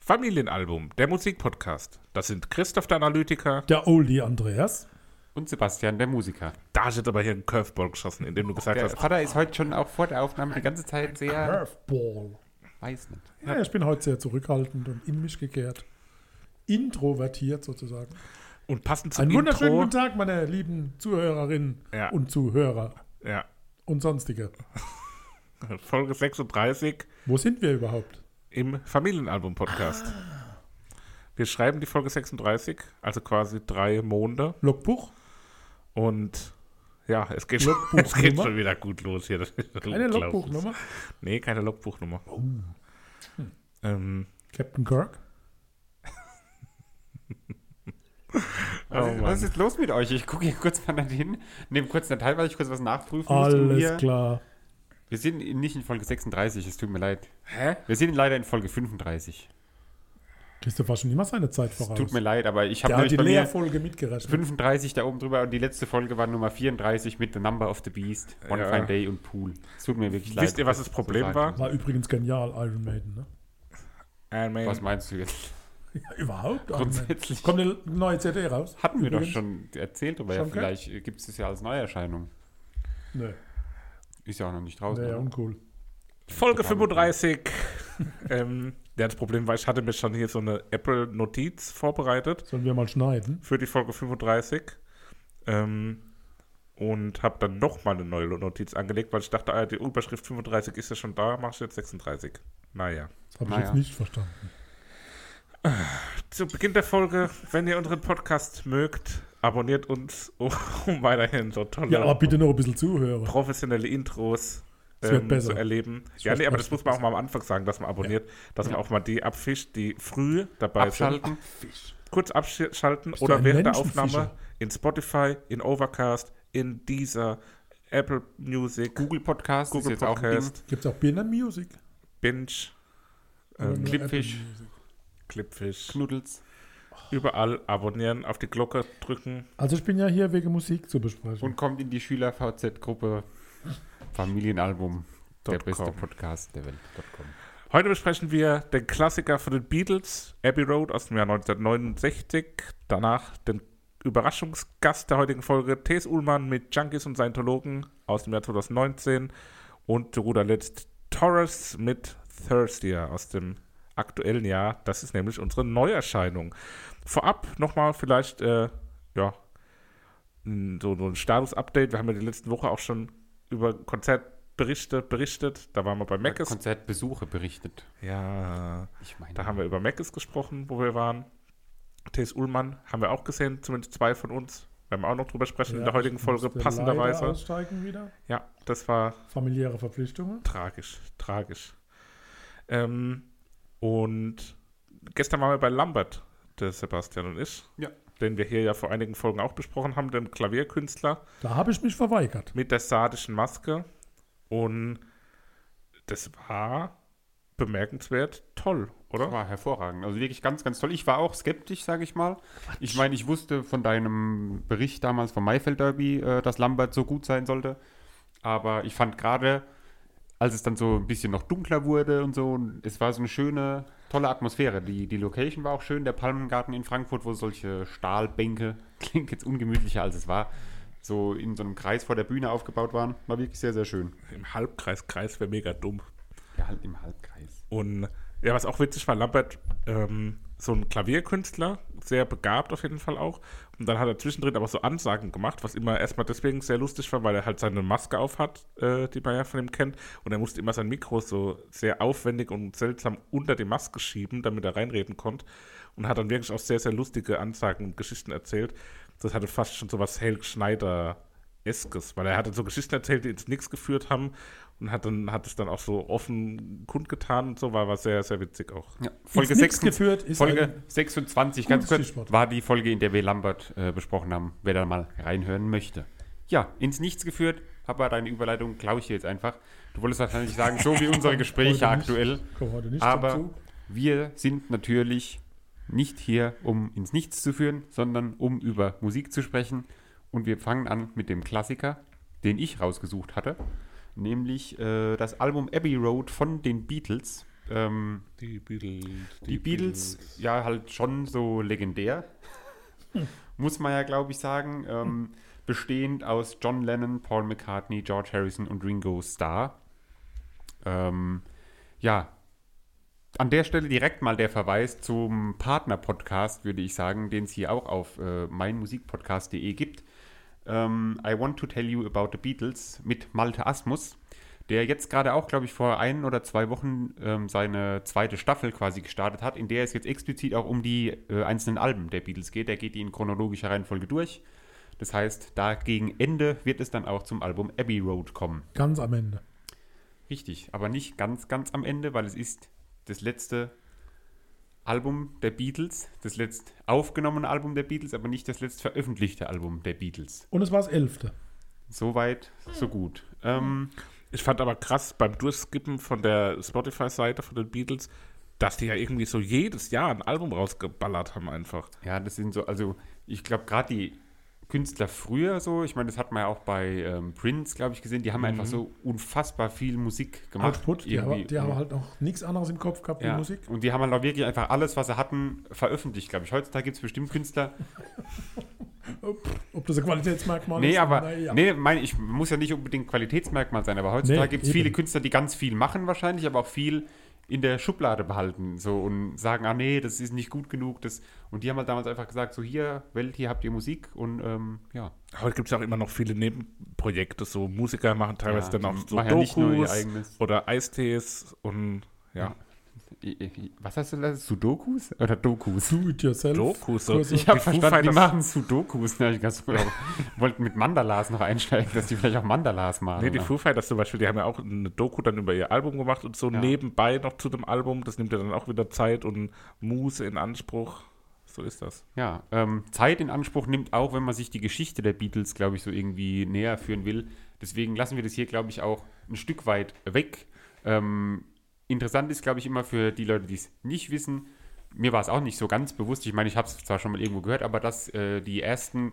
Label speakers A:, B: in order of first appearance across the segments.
A: Familienalbum, der Musikpodcast. Das sind Christoph der Analytiker.
B: Der Oldie Andreas.
C: Und Sebastian, der Musiker.
A: Da hat jetzt aber hier ein Curveball geschossen, indem du gesagt
C: Der
A: hast,
C: Vater ist heute schon auch vor der Aufnahme die ganze Zeit sehr.
B: Curveball.
C: Weiß nicht.
B: Ja, ich bin heute sehr zurückhaltend und in mich gekehrt. Introvertiert sozusagen.
A: und passend zum
B: Einen wunderschönen
A: Intro.
B: guten Tag, meine lieben Zuhörerinnen
A: Ja.
B: und Zuhörer
A: Ja,
B: und sonstige.
A: Folge 36
B: Wo sind wir überhaupt?
A: im Familienalbum-Podcast.
B: Ah.
A: Wir schreiben die Folge 36, also quasi drei Monde.
B: Logbuch?
A: Und ja, es geht, schon,
B: Logbuchnummer?
A: es geht schon wieder gut los hier. Das ist
B: Eine
A: unglaublich.
B: Logbuchnummer? Oh.
A: Nee, keine Logbuchnummer. Ähm,
B: Captain Kirk?
C: Was, ist,
A: Mann.
C: was ist jetzt los mit euch? Ich gucke hier kurz mal hin, nehme kurz einen Teil, weil ich kurz was nachprüfen muss. du hier.
B: Alles klar.
C: Wir sind in- nicht in Folge 36, es tut mir leid.
A: hä?
C: Wir sind leider in Folge 35.
B: Christoph war schon immer seine Zeit voraus.
C: Tut mir leid, aber ich habe
B: Der hat
C: nämlich
B: die
C: bei mir
B: Leerfolge mitgerechnet.
C: 35 da oben drüber und die letzte Folge war Nummer 34 mit The Number of the Beast, One
A: Ja.
C: Fine Day und Pool. Es tut mir wirklich leid.
A: Wisst ihr, was das Problem
C: sagen
A: war?
C: muss.
B: War übrigens genial, Iron Maiden. Ne?
A: Iron Man.
C: Was meinst du jetzt?
B: Ja, überhaupt? Iron Maiden.
C: Grundsätzlich
B: Kommt eine neue CD raus?
C: hatten wir doch
B: Übrigens?
C: schon erzählt, aber ja,
B: Schon gehört?
C: vielleicht gibt es das ja als Neuerscheinung.
B: Nee,
C: Ist ja auch noch nicht draußen.
B: wäre ja
C: oder?
B: uncool.
A: Folge
C: Programm.
A: 35. ähm, ja, das Problem war, ich hatte mir schon hier so eine Apple-Notiz vorbereitet
B: Sollen wir mal schneiden?
A: für die Folge 35. Ähm, und habe dann nochmal eine neue Notiz angelegt, weil ich dachte, ah, die Überschrift 35 ist ja schon da, mach ich jetzt 36. Naja.
B: Das habe ich
C: Naja.
B: jetzt nicht verstanden.
A: Zu Beginn der Folge, wenn ihr unseren Podcast mögt, abonniert uns, um weiterhin so tolle,
B: Ja, aber bitte noch ein bisschen zuhören.
A: professionelle Intros ähm,
B: Es wird besser.
A: zu erleben. Ja,
B: wird
A: nee, aber
B: echt
A: das muss man auch mal am Anfang sagen, dass man abonniert, dass man auch mal die abfischt, die früh dabei sind.
C: Abschalten.
A: kurz abschalten
B: du
A: oder
B: ein
A: während der
B: Menschenfischer?
A: Aufnahme in Spotify, in Overcast, in dieser Apple Music,
C: Google Podcast
A: Google
C: ist jetzt auch ein Ding.
A: Podcast,
B: Gibt es auch Birner Music?
A: Binge,
B: Oder
A: ähm,
B: nur
C: Clipfish.
B: Apple Music?
A: Clipfish,
C: Knuddels.
A: überall abonnieren, auf die Glocke drücken.
B: Also ich bin ja hier wegen Musik zu besprechen.
C: Und kommt in die Schüler-VZ-Gruppe Familienalbum. Der
A: Dot
C: beste
A: com.
C: Podcast der Welt. Dot com.
A: Heute besprechen wir den Klassiker von den Beatles, Abbey Road aus dem Jahr 1969, danach den Überraschungsgast der heutigen Folge, T.S. Ullmann mit Junkies und Scientologen aus dem Jahr 2019 und zu guter Letzt Torres mit Thirstier aus dem aktuellen Jahr. Das ist nämlich unsere Neuerscheinung. Vorab nochmal vielleicht, äh, ja, n- so, so ein Status-Update. Wir haben ja die letzten Woche auch schon über Konzertberichte berichtet. Da waren wir bei Meckes.
C: Konzertbesuche berichtet.
A: Ja,
C: Ich meine,
A: da haben wir über Meckes gesprochen, wo wir waren. T.S. Ullmann haben wir auch gesehen, zumindest zwei von uns. Werden wir auch noch drüber sprechen in der heutigen
B: ich
A: Folge,
B: musste
A: passenderweise.
B: leider Aussteigen wieder.
A: Ja, das war
B: Familiäre Verpflichtungen.
A: tragisch, tragisch. Ähm, und gestern waren wir bei Lambert, der Sebastian und ich.
C: Ja.
A: Den wir hier ja vor einigen Folgen auch besprochen haben, den Klavierkünstler
B: Da habe ich mich verweigert.
A: mit der sardischen Maske. Und das war bemerkenswert toll,
C: das
A: oder?
C: war hervorragend. Also wirklich ganz, ganz toll. Ich war auch skeptisch, sage ich mal. Ich meine, ich wusste von deinem Bericht damals vom Maifeld Derby, äh, dass Lambert so gut sein sollte. Aber ich fand gerade, als es dann so ein bisschen noch dunkler wurde und so, und es war so eine schöne, tolle Atmosphäre. Die, die Location war auch schön, der Palmengarten in Frankfurt, wo solche Stahlbänke, klingt jetzt ungemütlicher als es war, so in so einem Kreis vor der Bühne aufgebaut waren. War wirklich sehr, sehr schön.
A: Im Halbkreis, Kreis wäre mega dumm.
C: Ja, halt im Halbkreis.
A: Und ja, was auch witzig war, Lambert, ähm, so ein Klavierkünstler, sehr begabt auf jeden Fall auch. Und dann hat er zwischendrin aber so Ansagen gemacht, was immer erstmal deswegen sehr lustig war, weil er halt seine Maske auf hat, äh, die man ja von ihm kennt. Und er musste immer sein Mikro so sehr aufwendig und seltsam unter die Maske schieben, damit er reinreden konnte. Und hat dann wirklich auch sehr, sehr lustige Ansagen und Geschichten erzählt. Das hatte fast schon so was Helg Schneider Eskes, weil er hatte so Geschichten erzählt, die ins Nix geführt haben und hat dann hat es dann auch so offen kundgetan und so, war, war sehr, sehr witzig auch.
C: Ja, Folge,
B: Ins Nix
C: 26
B: geführt ist
C: Folge
B: ein-
C: 26, ganz
B: Gutes
C: kurz,
B: Stichwort.
C: war die Folge, in der wir Lambert äh, besprochen haben, wer da mal reinhören möchte. Ja, ins Nichts geführt, aber deine Überleitung klaue ich dir jetzt einfach. Du wolltest wahrscheinlich sagen, so wie unsere Gespräche
B: Heute nicht.
C: aktuell.
B: Komm heute nicht
C: Aber
B: dazu.
C: wir sind natürlich nicht hier, um ins Nichts zu führen, sondern um über Musik zu sprechen. Und wir fangen an mit dem Klassiker, den ich rausgesucht hatte, nämlich äh, das Album Abbey Road von den Beatles. ähm,
A: Die Beatles.
C: die Beatles, ja, halt schon so legendär, muss man ja, glaube ich, sagen. Ähm, bestehend aus John Lennon, Paul McCartney, George Harrison und Ringo Starr. Ähm, ja, an der Stelle direkt mal der Verweis zum Partner-Podcast, würde ich sagen, den es hier auch auf äh, meinmusikpodcast.de gibt. Ähm, I Want to Tell You About the Beatles mit Malte Asmus, der jetzt gerade auch, glaube ich, vor ein oder zwei Wochen ähm, seine zweite Staffel quasi gestartet hat, in der es jetzt explizit auch um die äh, einzelnen Alben der Beatles geht. Der geht die in chronologischer Reihenfolge durch. Das heißt, da gegen Ende wird es dann auch zum Album Abbey Road kommen.
B: Ganz am Ende.
C: Richtig, aber nicht ganz, ganz am Ende, weil es ist das letzte Album der Beatles, das letzt aufgenommene Album der Beatles, aber nicht das letzt veröffentlichte Album der Beatles.
B: Und es war das elfte.
C: Soweit, so gut. Ähm,
A: Ich fand aber krass beim Durchskippen von der Spotify-Seite von den Beatles, dass die ja irgendwie so jedes Jahr ein Album rausgeballert haben einfach.
C: ja, das sind so, also ich glaube gerade die Künstler früher so, ich meine, das hat man ja auch bei ähm, Prince, glaube ich, gesehen, die haben einfach so unfassbar viel Musik gemacht.
B: Mhm. Output, die
C: irgendwie.
B: haben, die haben halt noch nichts anderes im Kopf gehabt wie
C: Ja.
B: Musik.
C: Und die haben halt auch wirklich einfach alles, was sie hatten, veröffentlicht, glaube ich. Heutzutage gibt es bestimmt Künstler,
B: Ob das ein Qualitätsmerkmal
C: Nee,
B: ist?
C: aber
B: naja.
C: nee, mein, ich muss ja nicht unbedingt Qualitätsmerkmal sein, aber heutzutage
B: Nee,
C: gibt es viele
B: eben.
C: Künstler, die ganz viel machen wahrscheinlich, aber auch viel in der Schublade behalten so und sagen, ah nee, das ist nicht gut genug. Das, und die haben halt damals einfach gesagt, so hier, Welt, hier habt ihr Musik und ähm, ja.
A: Aber es gibt ja auch immer noch viele Nebenprojekte, so Musiker machen teilweise
C: Ja,
A: dann auch
C: die
A: so
C: machen ja nicht nur ihr
A: Dokus
C: eigenes.
A: oder Eistees und ja.
C: I- I- Was hast du da? Sudokus? Oder Dokus?
B: Do it yourself.
A: Dokus, so.
B: Kurse.
A: Ich
C: Ich habe
A: Die Foo
C: verstanden, die
A: Fighters-
C: machen Sudokus. Ne? Ich ganz- wollten mit Mandalas noch einsteigen, dass die vielleicht auch Mandalas machen.
A: Nee, die Foo Fighters zum Beispiel, die haben ja auch eine Doku dann über ihr Album gemacht und so
C: Ja.
A: nebenbei noch zu dem Album. Das nimmt ja dann auch wieder Zeit und Muße in Anspruch. So ist das.
C: Ja, ähm, Zeit in Anspruch nimmt auch, wenn man sich die Geschichte der Beatles, glaube ich, so irgendwie näher führen will. Deswegen lassen wir das hier, glaube ich, auch ein Stück weit weg. Ähm, interessant ist, glaube ich, immer für die Leute, die es nicht wissen. Mir war es auch nicht so ganz bewusst. Ich meine, ich habe es zwar schon mal irgendwo gehört, aber dass äh, die ersten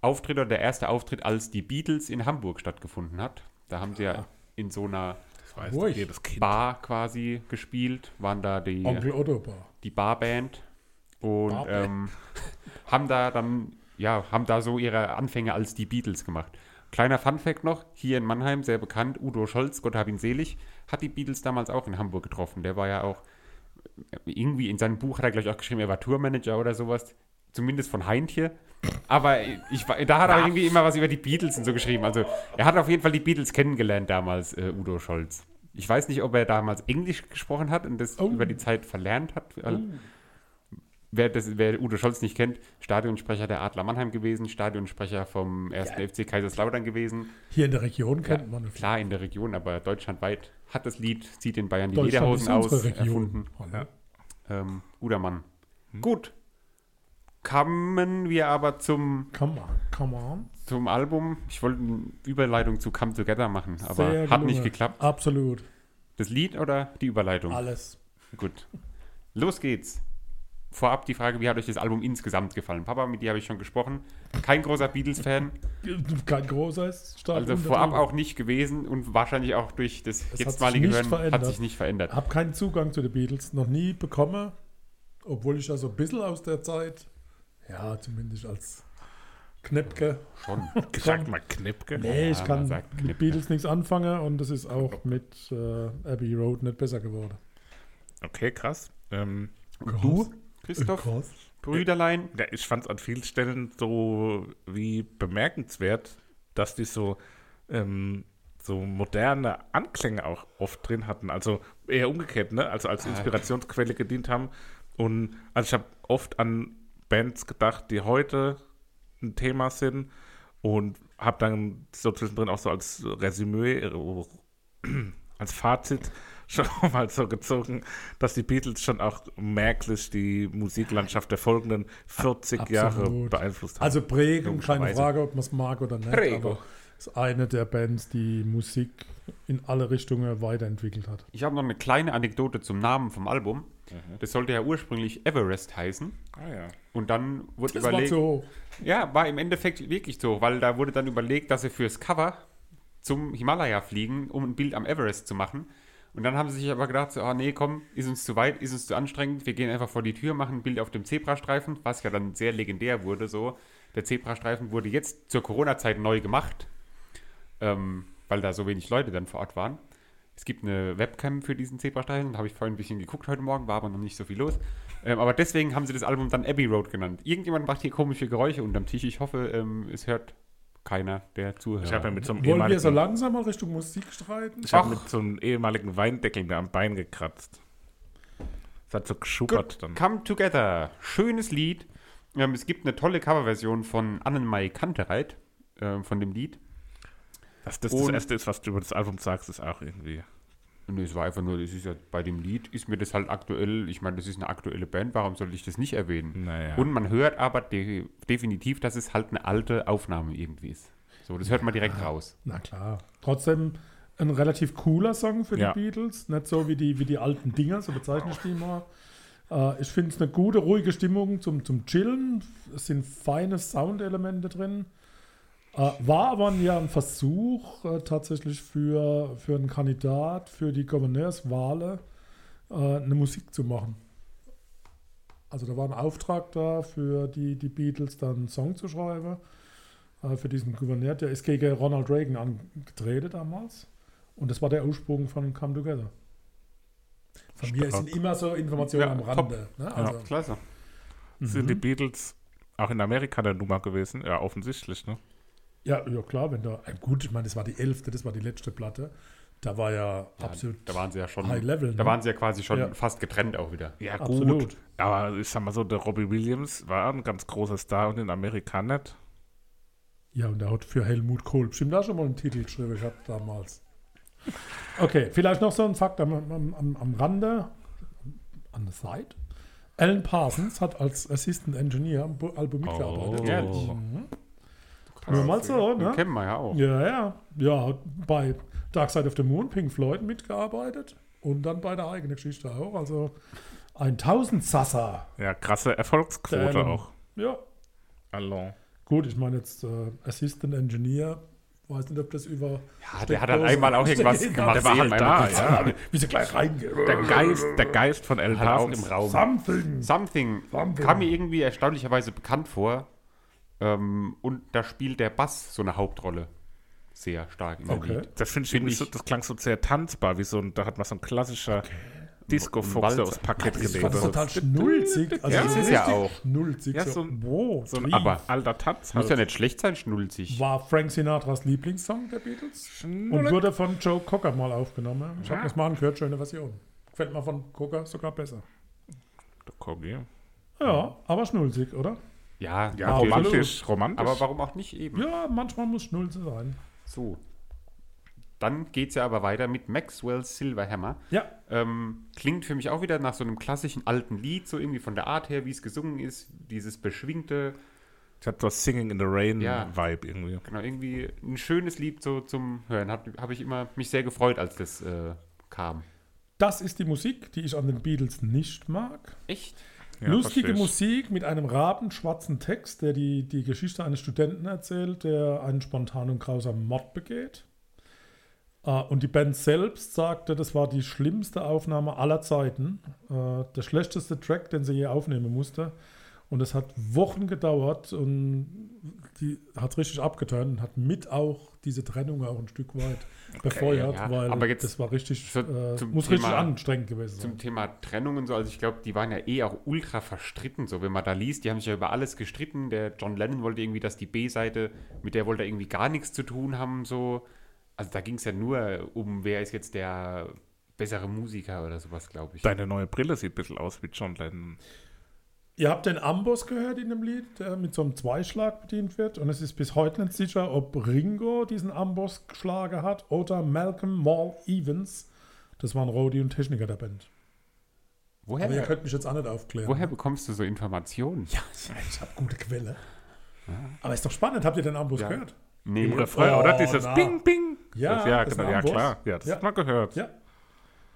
C: Auftritte oder der erste Auftritt als die Beatles in Hamburg stattgefunden hat. Da haben sie ja in so einer
A: Das weiß
B: Ruhig.
A: doch jedes Kind.
C: Bar quasi gespielt, waren da die
B: Onkel Otto Bar.
C: die Barband und
B: Barband.
C: ähm, haben da dann ja haben da so ihre Anfänge als die Beatles gemacht. Kleiner Funfact noch, hier in Mannheim sehr bekannt, Udo Scholz, Gott hab ihn selig, hat die Beatles damals auch in Hamburg getroffen. Der war ja auch irgendwie in seinem Buch hat er gleich auch geschrieben, er war Tourmanager oder sowas, zumindest von Heintje. Aber ich, war- da hat er irgendwie immer was über die Beatles und so geschrieben. Also er hat auf jeden Fall die Beatles kennengelernt damals, äh, Udo Scholz. Ich weiß nicht, ob er damals Englisch gesprochen hat und das
B: Oh.
C: über die Zeit verlernt hat. Weil wer, das, wer Udo Scholz nicht kennt, Stadionsprecher der Adler Mannheim gewesen, Stadionsprecher vom 1. FC Kaiserslautern gewesen.
B: Hier in der Region kennt man ihn.
C: Klar in der Region, aber deutschlandweit hat das Lied, zieht den Bayern die
B: Deutschland ist
C: Lederhosen
B: unsere
C: aus,
B: Region.
C: erfunden.
B: Hallo.
C: Ähm, guter Mann.
B: Hm.
C: Gut. Kamen wir aber zum,
B: Come on, come on.
C: zum Album. Ich wollte eine Überleitung zu Come Together machen, aber
B: Sehr
C: hat
B: gelungen.
C: nicht geklappt.
B: Absolut.
C: Das Lied oder die Überleitung?
B: Alles.
C: Gut. Los geht's. Vorab die Frage, wie hat euch das Album insgesamt gefallen? Papa, mit dir habe ich schon gesprochen. Kein großer Beatles-Fan,
B: Kein großer ist stark
C: also
B: unter-
C: vorab auch nicht gewesen und wahrscheinlich auch durch das
B: hat
C: jetztmalige
B: sich
C: Hören
B: nicht
C: hat
B: verändert.
C: sich nicht verändert.
B: Hab keinen Zugang zu den Beatles, noch nie bekommen, obwohl ich ja so ein bisschen aus der Zeit, ja, zumindest als Knäppke.
C: Schon.
A: Sag mal Knipke.
B: Nee, ich
C: man
B: kann
C: sagt
B: mit
C: Knäppke.
B: Beatles nichts anfangen und das ist auch mit äh, Abbey Road nicht besser geworden.
A: Okay, krass. Ähm,
B: Groß.
C: Christoph,
B: Krass.
C: Brüderlein,
A: Ja, ich fand es an vielen Stellen so wie bemerkenswert, dass die so, ähm, so moderne Anklänge auch oft drin hatten. Also eher umgekehrt, ne? Also
B: Ah,
A: als Inspirationsquelle gedient haben. Und also ich habe oft an Bands gedacht, die heute ein Thema sind und habe dann so zwischendrin auch so als Resümee, äh, als Fazit schon mal so gezogen, dass die Beatles schon auch merklich die Musiklandschaft der folgenden 40 Jahre
B: Absolut.
A: beeinflusst haben.
B: Also Prägung, keine
A: Logischerweise.
B: Frage, ob man es mag oder nicht,
A: Prägung.
B: aber ist eine der Bands, die Musik in alle Richtungen weiterentwickelt hat.
C: ich habe noch eine kleine Anekdote zum Namen vom Album.
B: Mhm.
C: Das sollte ja ursprünglich Everest heißen.
A: ah, ja.
C: Und dann wurde
B: Das war
C: überlegt.
B: zu hoch.
C: Ja, war im Endeffekt wirklich so, weil da wurde dann überlegt, dass sie fürs Cover zum Himalaya fliegen, um ein Bild am Everest zu machen. Und dann haben sie sich aber gedacht, so, ah nee, komm, ist uns zu weit, ist uns zu anstrengend, wir gehen einfach vor die Tür, machen ein Bild auf dem Zebrastreifen, was ja dann sehr legendär wurde so. Der Zebrastreifen wurde jetzt zur Corona-Zeit neu gemacht, ähm, weil da so wenig Leute dann vor Ort waren. Es gibt eine Webcam für diesen Zebrastreifen, da habe ich vorhin ein bisschen geguckt heute Morgen, war aber noch nicht so viel los. Ähm, aber deswegen haben sie das Album dann Abbey Road genannt. Irgendjemand macht hier komische Geräusche unterm Tisch. Ich hoffe, ähm, es hört keiner, der zuhört.
A: Ich habe ja mit so einem
B: Wollen wir so
A: ehemaligen,
B: langsam mal Richtung Musik streiten?
A: ich hab
C: Ach.
A: mit so einem ehemaligen Weindeckel mir am Bein gekratzt. Es hat so geschuppert dann.
C: Come Together. Schönes Lied. Ähm, es gibt eine tolle Coverversion von Annenmai Kantereit ähm, von dem Lied.
A: Dass das das
C: Und-
A: Erste ist, was du über das Album sagst, ist auch irgendwie.
C: Und es war einfach nur, das ist ja bei dem Lied, ist mir das halt aktuell, ich meine, das ist eine aktuelle Band, warum sollte ich das nicht erwähnen?
A: Naja.
C: Und man hört aber de definitiv, dass es halt eine alte Aufnahme irgendwie ist. So, das hört man direkt raus.
B: Na klar. Trotzdem ein relativ cooler Song für
A: Ja.
B: die Beatles. Nicht so wie die, wie die alten Dinger, so bezeichne ich die mal. Äh, ich finde es eine gute, ruhige Stimmung zum, zum Chillen. Es sind feine Soundelemente drin. Äh, war aber ja ein Versuch äh, tatsächlich für, für einen Kandidat, für die Gouverneurswahlen äh, eine Musik zu machen. Also da war ein Auftrag da für die, die Beatles, dann einen Song zu schreiben äh, für diesen Gouverneur. Der ist gegen Ronald Reagan angetreten damals. Und das war der Ursprung von Come Together. Von mir
A: Stark.
B: sind immer so Informationen
C: Ja,
B: am Rande. Ne? Also,
C: Klasse.
A: Sind die Beatles auch in Amerika der Nummer gewesen? Ja, offensichtlich, ne?
B: ja. Ja, klar, wenn da. äh, Gut, ich meine, das war die elfte, das war die letzte Platte. Da war ja, absolut.
C: Da waren sie ja schon,
B: High Level, ne?
C: da waren sie ja quasi schon
B: Ja.
C: fast getrennt auch wieder.
A: Ja, gut.
B: Absolut.
A: Aber ich sag mal so, der Robbie Williams war ein ganz großer Star und in Amerika nicht.
B: Ja, und er hat für Helmut Kohl bestimmt auch schon mal einen Titel geschrieben gehabt damals. Okay, vielleicht noch so ein Fakt am, am, am, am Rande, an der Seite. Alan Parsons hat als Assistant Engineer am Bu- Album mitgearbeitet.
A: Oh.
C: Ehrlich?
B: Mhm. Nur mal so,
C: Den
B: ne?
C: kennen wir ja auch.
B: Ja, ja. Ja, hat bei Dark Side of the Moon, Pink Floyd mitgearbeitet und dann bei der eigenen Geschichte auch. Also ein Tausendsasser.
A: Ja, krasse Erfolgsquote
B: Ähm.
A: auch.
B: Ja.
A: Allons.
B: Gut, ich meine jetzt äh, Assistant Engineer, weiß nicht, ob das über.
C: Ja, der hat dann einmal auch irgendwas
B: Der
C: gemacht.
A: war halt
C: Eben
A: da,
C: einmal-
A: ja.
B: Wie sie gleich reingehen.
A: Der Geist, der Geist von El
C: Halt auch im
A: Parsons.
C: Raum.
B: Something.
C: Something,
B: Something.
C: kam mir irgendwie erstaunlicherweise bekannt vor. Ähm, und da spielt der Bass so eine Hauptrolle. Sehr stark in dem
B: Okay.
C: Lied.
A: Das finde ich,
C: Find
A: irgendwie
C: ich-
A: so, das klang so sehr tanzbar, wie so ein, da hat man so ein klassischer
C: Walzer.
A: Disco-Fuchs, der aufs Parkett
B: Ich fand
A: gelebt
B: es
A: hat.
B: total schnulzig. Also
C: Ja,
B: so
C: ist es ja
B: richtig
C: auch.
B: Schnulzig.
A: Ja,
B: so,
A: so ein-
B: wow,
A: So ein
B: clean.
A: aber alter Tanz
C: Muss
A: halt.
B: Also
C: ja nicht schlecht sein, schnulzig.
B: War Frank Sinatras Lieblingssong der Beatles und wurde von Joe Cocker mal aufgenommen. Ich habe das mal angehört, schöne Version. Gefällt mir von Cocker sogar besser.
A: Kogi.
B: Ja, aber schnulzig, oder?
C: Ja,
A: Ja,
C: natürlich.
A: romantisch, romantisch.
C: Aber warum auch nicht eben?
B: Ja, manchmal muss Schnulze sein.
C: So. Dann geht's ja aber weiter mit Maxwell's Silverhammer.
B: Ja,
C: Ähm, klingt für mich auch wieder nach so einem klassischen alten Lied, so irgendwie von der Art her, wie es gesungen ist, dieses beschwingte,
A: ich hatte so Singing in the Rain-Vibe
C: Ja.
A: irgendwie.
C: genau, irgendwie ein schönes Lied so zum Hören. Habe hab ich immer mich sehr gefreut, als das äh, kam.
B: das ist die Musik, die ich an den Beatles nicht mag.
C: Echt?
A: Ja,
B: Lustige
A: versteh ich.
B: Musik mit einem rabenschwarzen Text, der die, die Geschichte eines Studenten erzählt, der einen spontanen und grausamen Mord begeht. Äh, Und die Band selbst sagte, das war die schlimmste Aufnahme aller Zeiten. Äh, Der schlechteste Track, den sie je aufnehmen musste. Und es hat Wochen gedauert und die hat richtig abgetan und hat mit auch diese Trennung auch ein Stück weit befeuert,
C: ja.
B: weil
C: Aber jetzt
B: das war richtig,
C: so
B: äh,
C: zum
B: muss richtig
C: Thema-
B: anstrengend gewesen sein.
C: Zum Thema Trennung und so, also ich glaube, die waren ja eh auch ultra verstritten, so wenn man da liest, die haben sich ja über alles gestritten. Der John Lennon wollte irgendwie, dass die B-Seite, mit der wollte er irgendwie gar nichts zu tun haben, so. Also da ging es ja nur um, wer ist jetzt der bessere Musiker oder sowas, glaube ich.
A: Deine neue Brille sieht ein bisschen aus wie John Lennon.
B: Ihr habt den Amboss gehört in dem Lied, der mit so einem Zweischlag bedient wird. Und es ist bis heute nicht sicher, ob Ringo diesen Amboss-Schlager hat oder Malcolm Maul Evans. Das waren Rodi und Techniker der Band.
C: woher,
B: Aber ihr könnt mich jetzt auch nicht aufklären.
C: woher bekommst du so Informationen?
B: Ja, ich habe gute Quelle. Aber ist doch spannend. Habt ihr den Amboss
C: Ja.
B: gehört?
C: Nee,
A: Im Refrain, oder?
B: Oh,
A: Dieses
B: na.
A: Ping, Ping.
B: Ja,
A: das, ja,
B: das ist
A: genau,
B: ein
A: ja
B: Amboss.
A: klar. Ja, das
B: Ja.
A: hat man gehört.
B: Ja.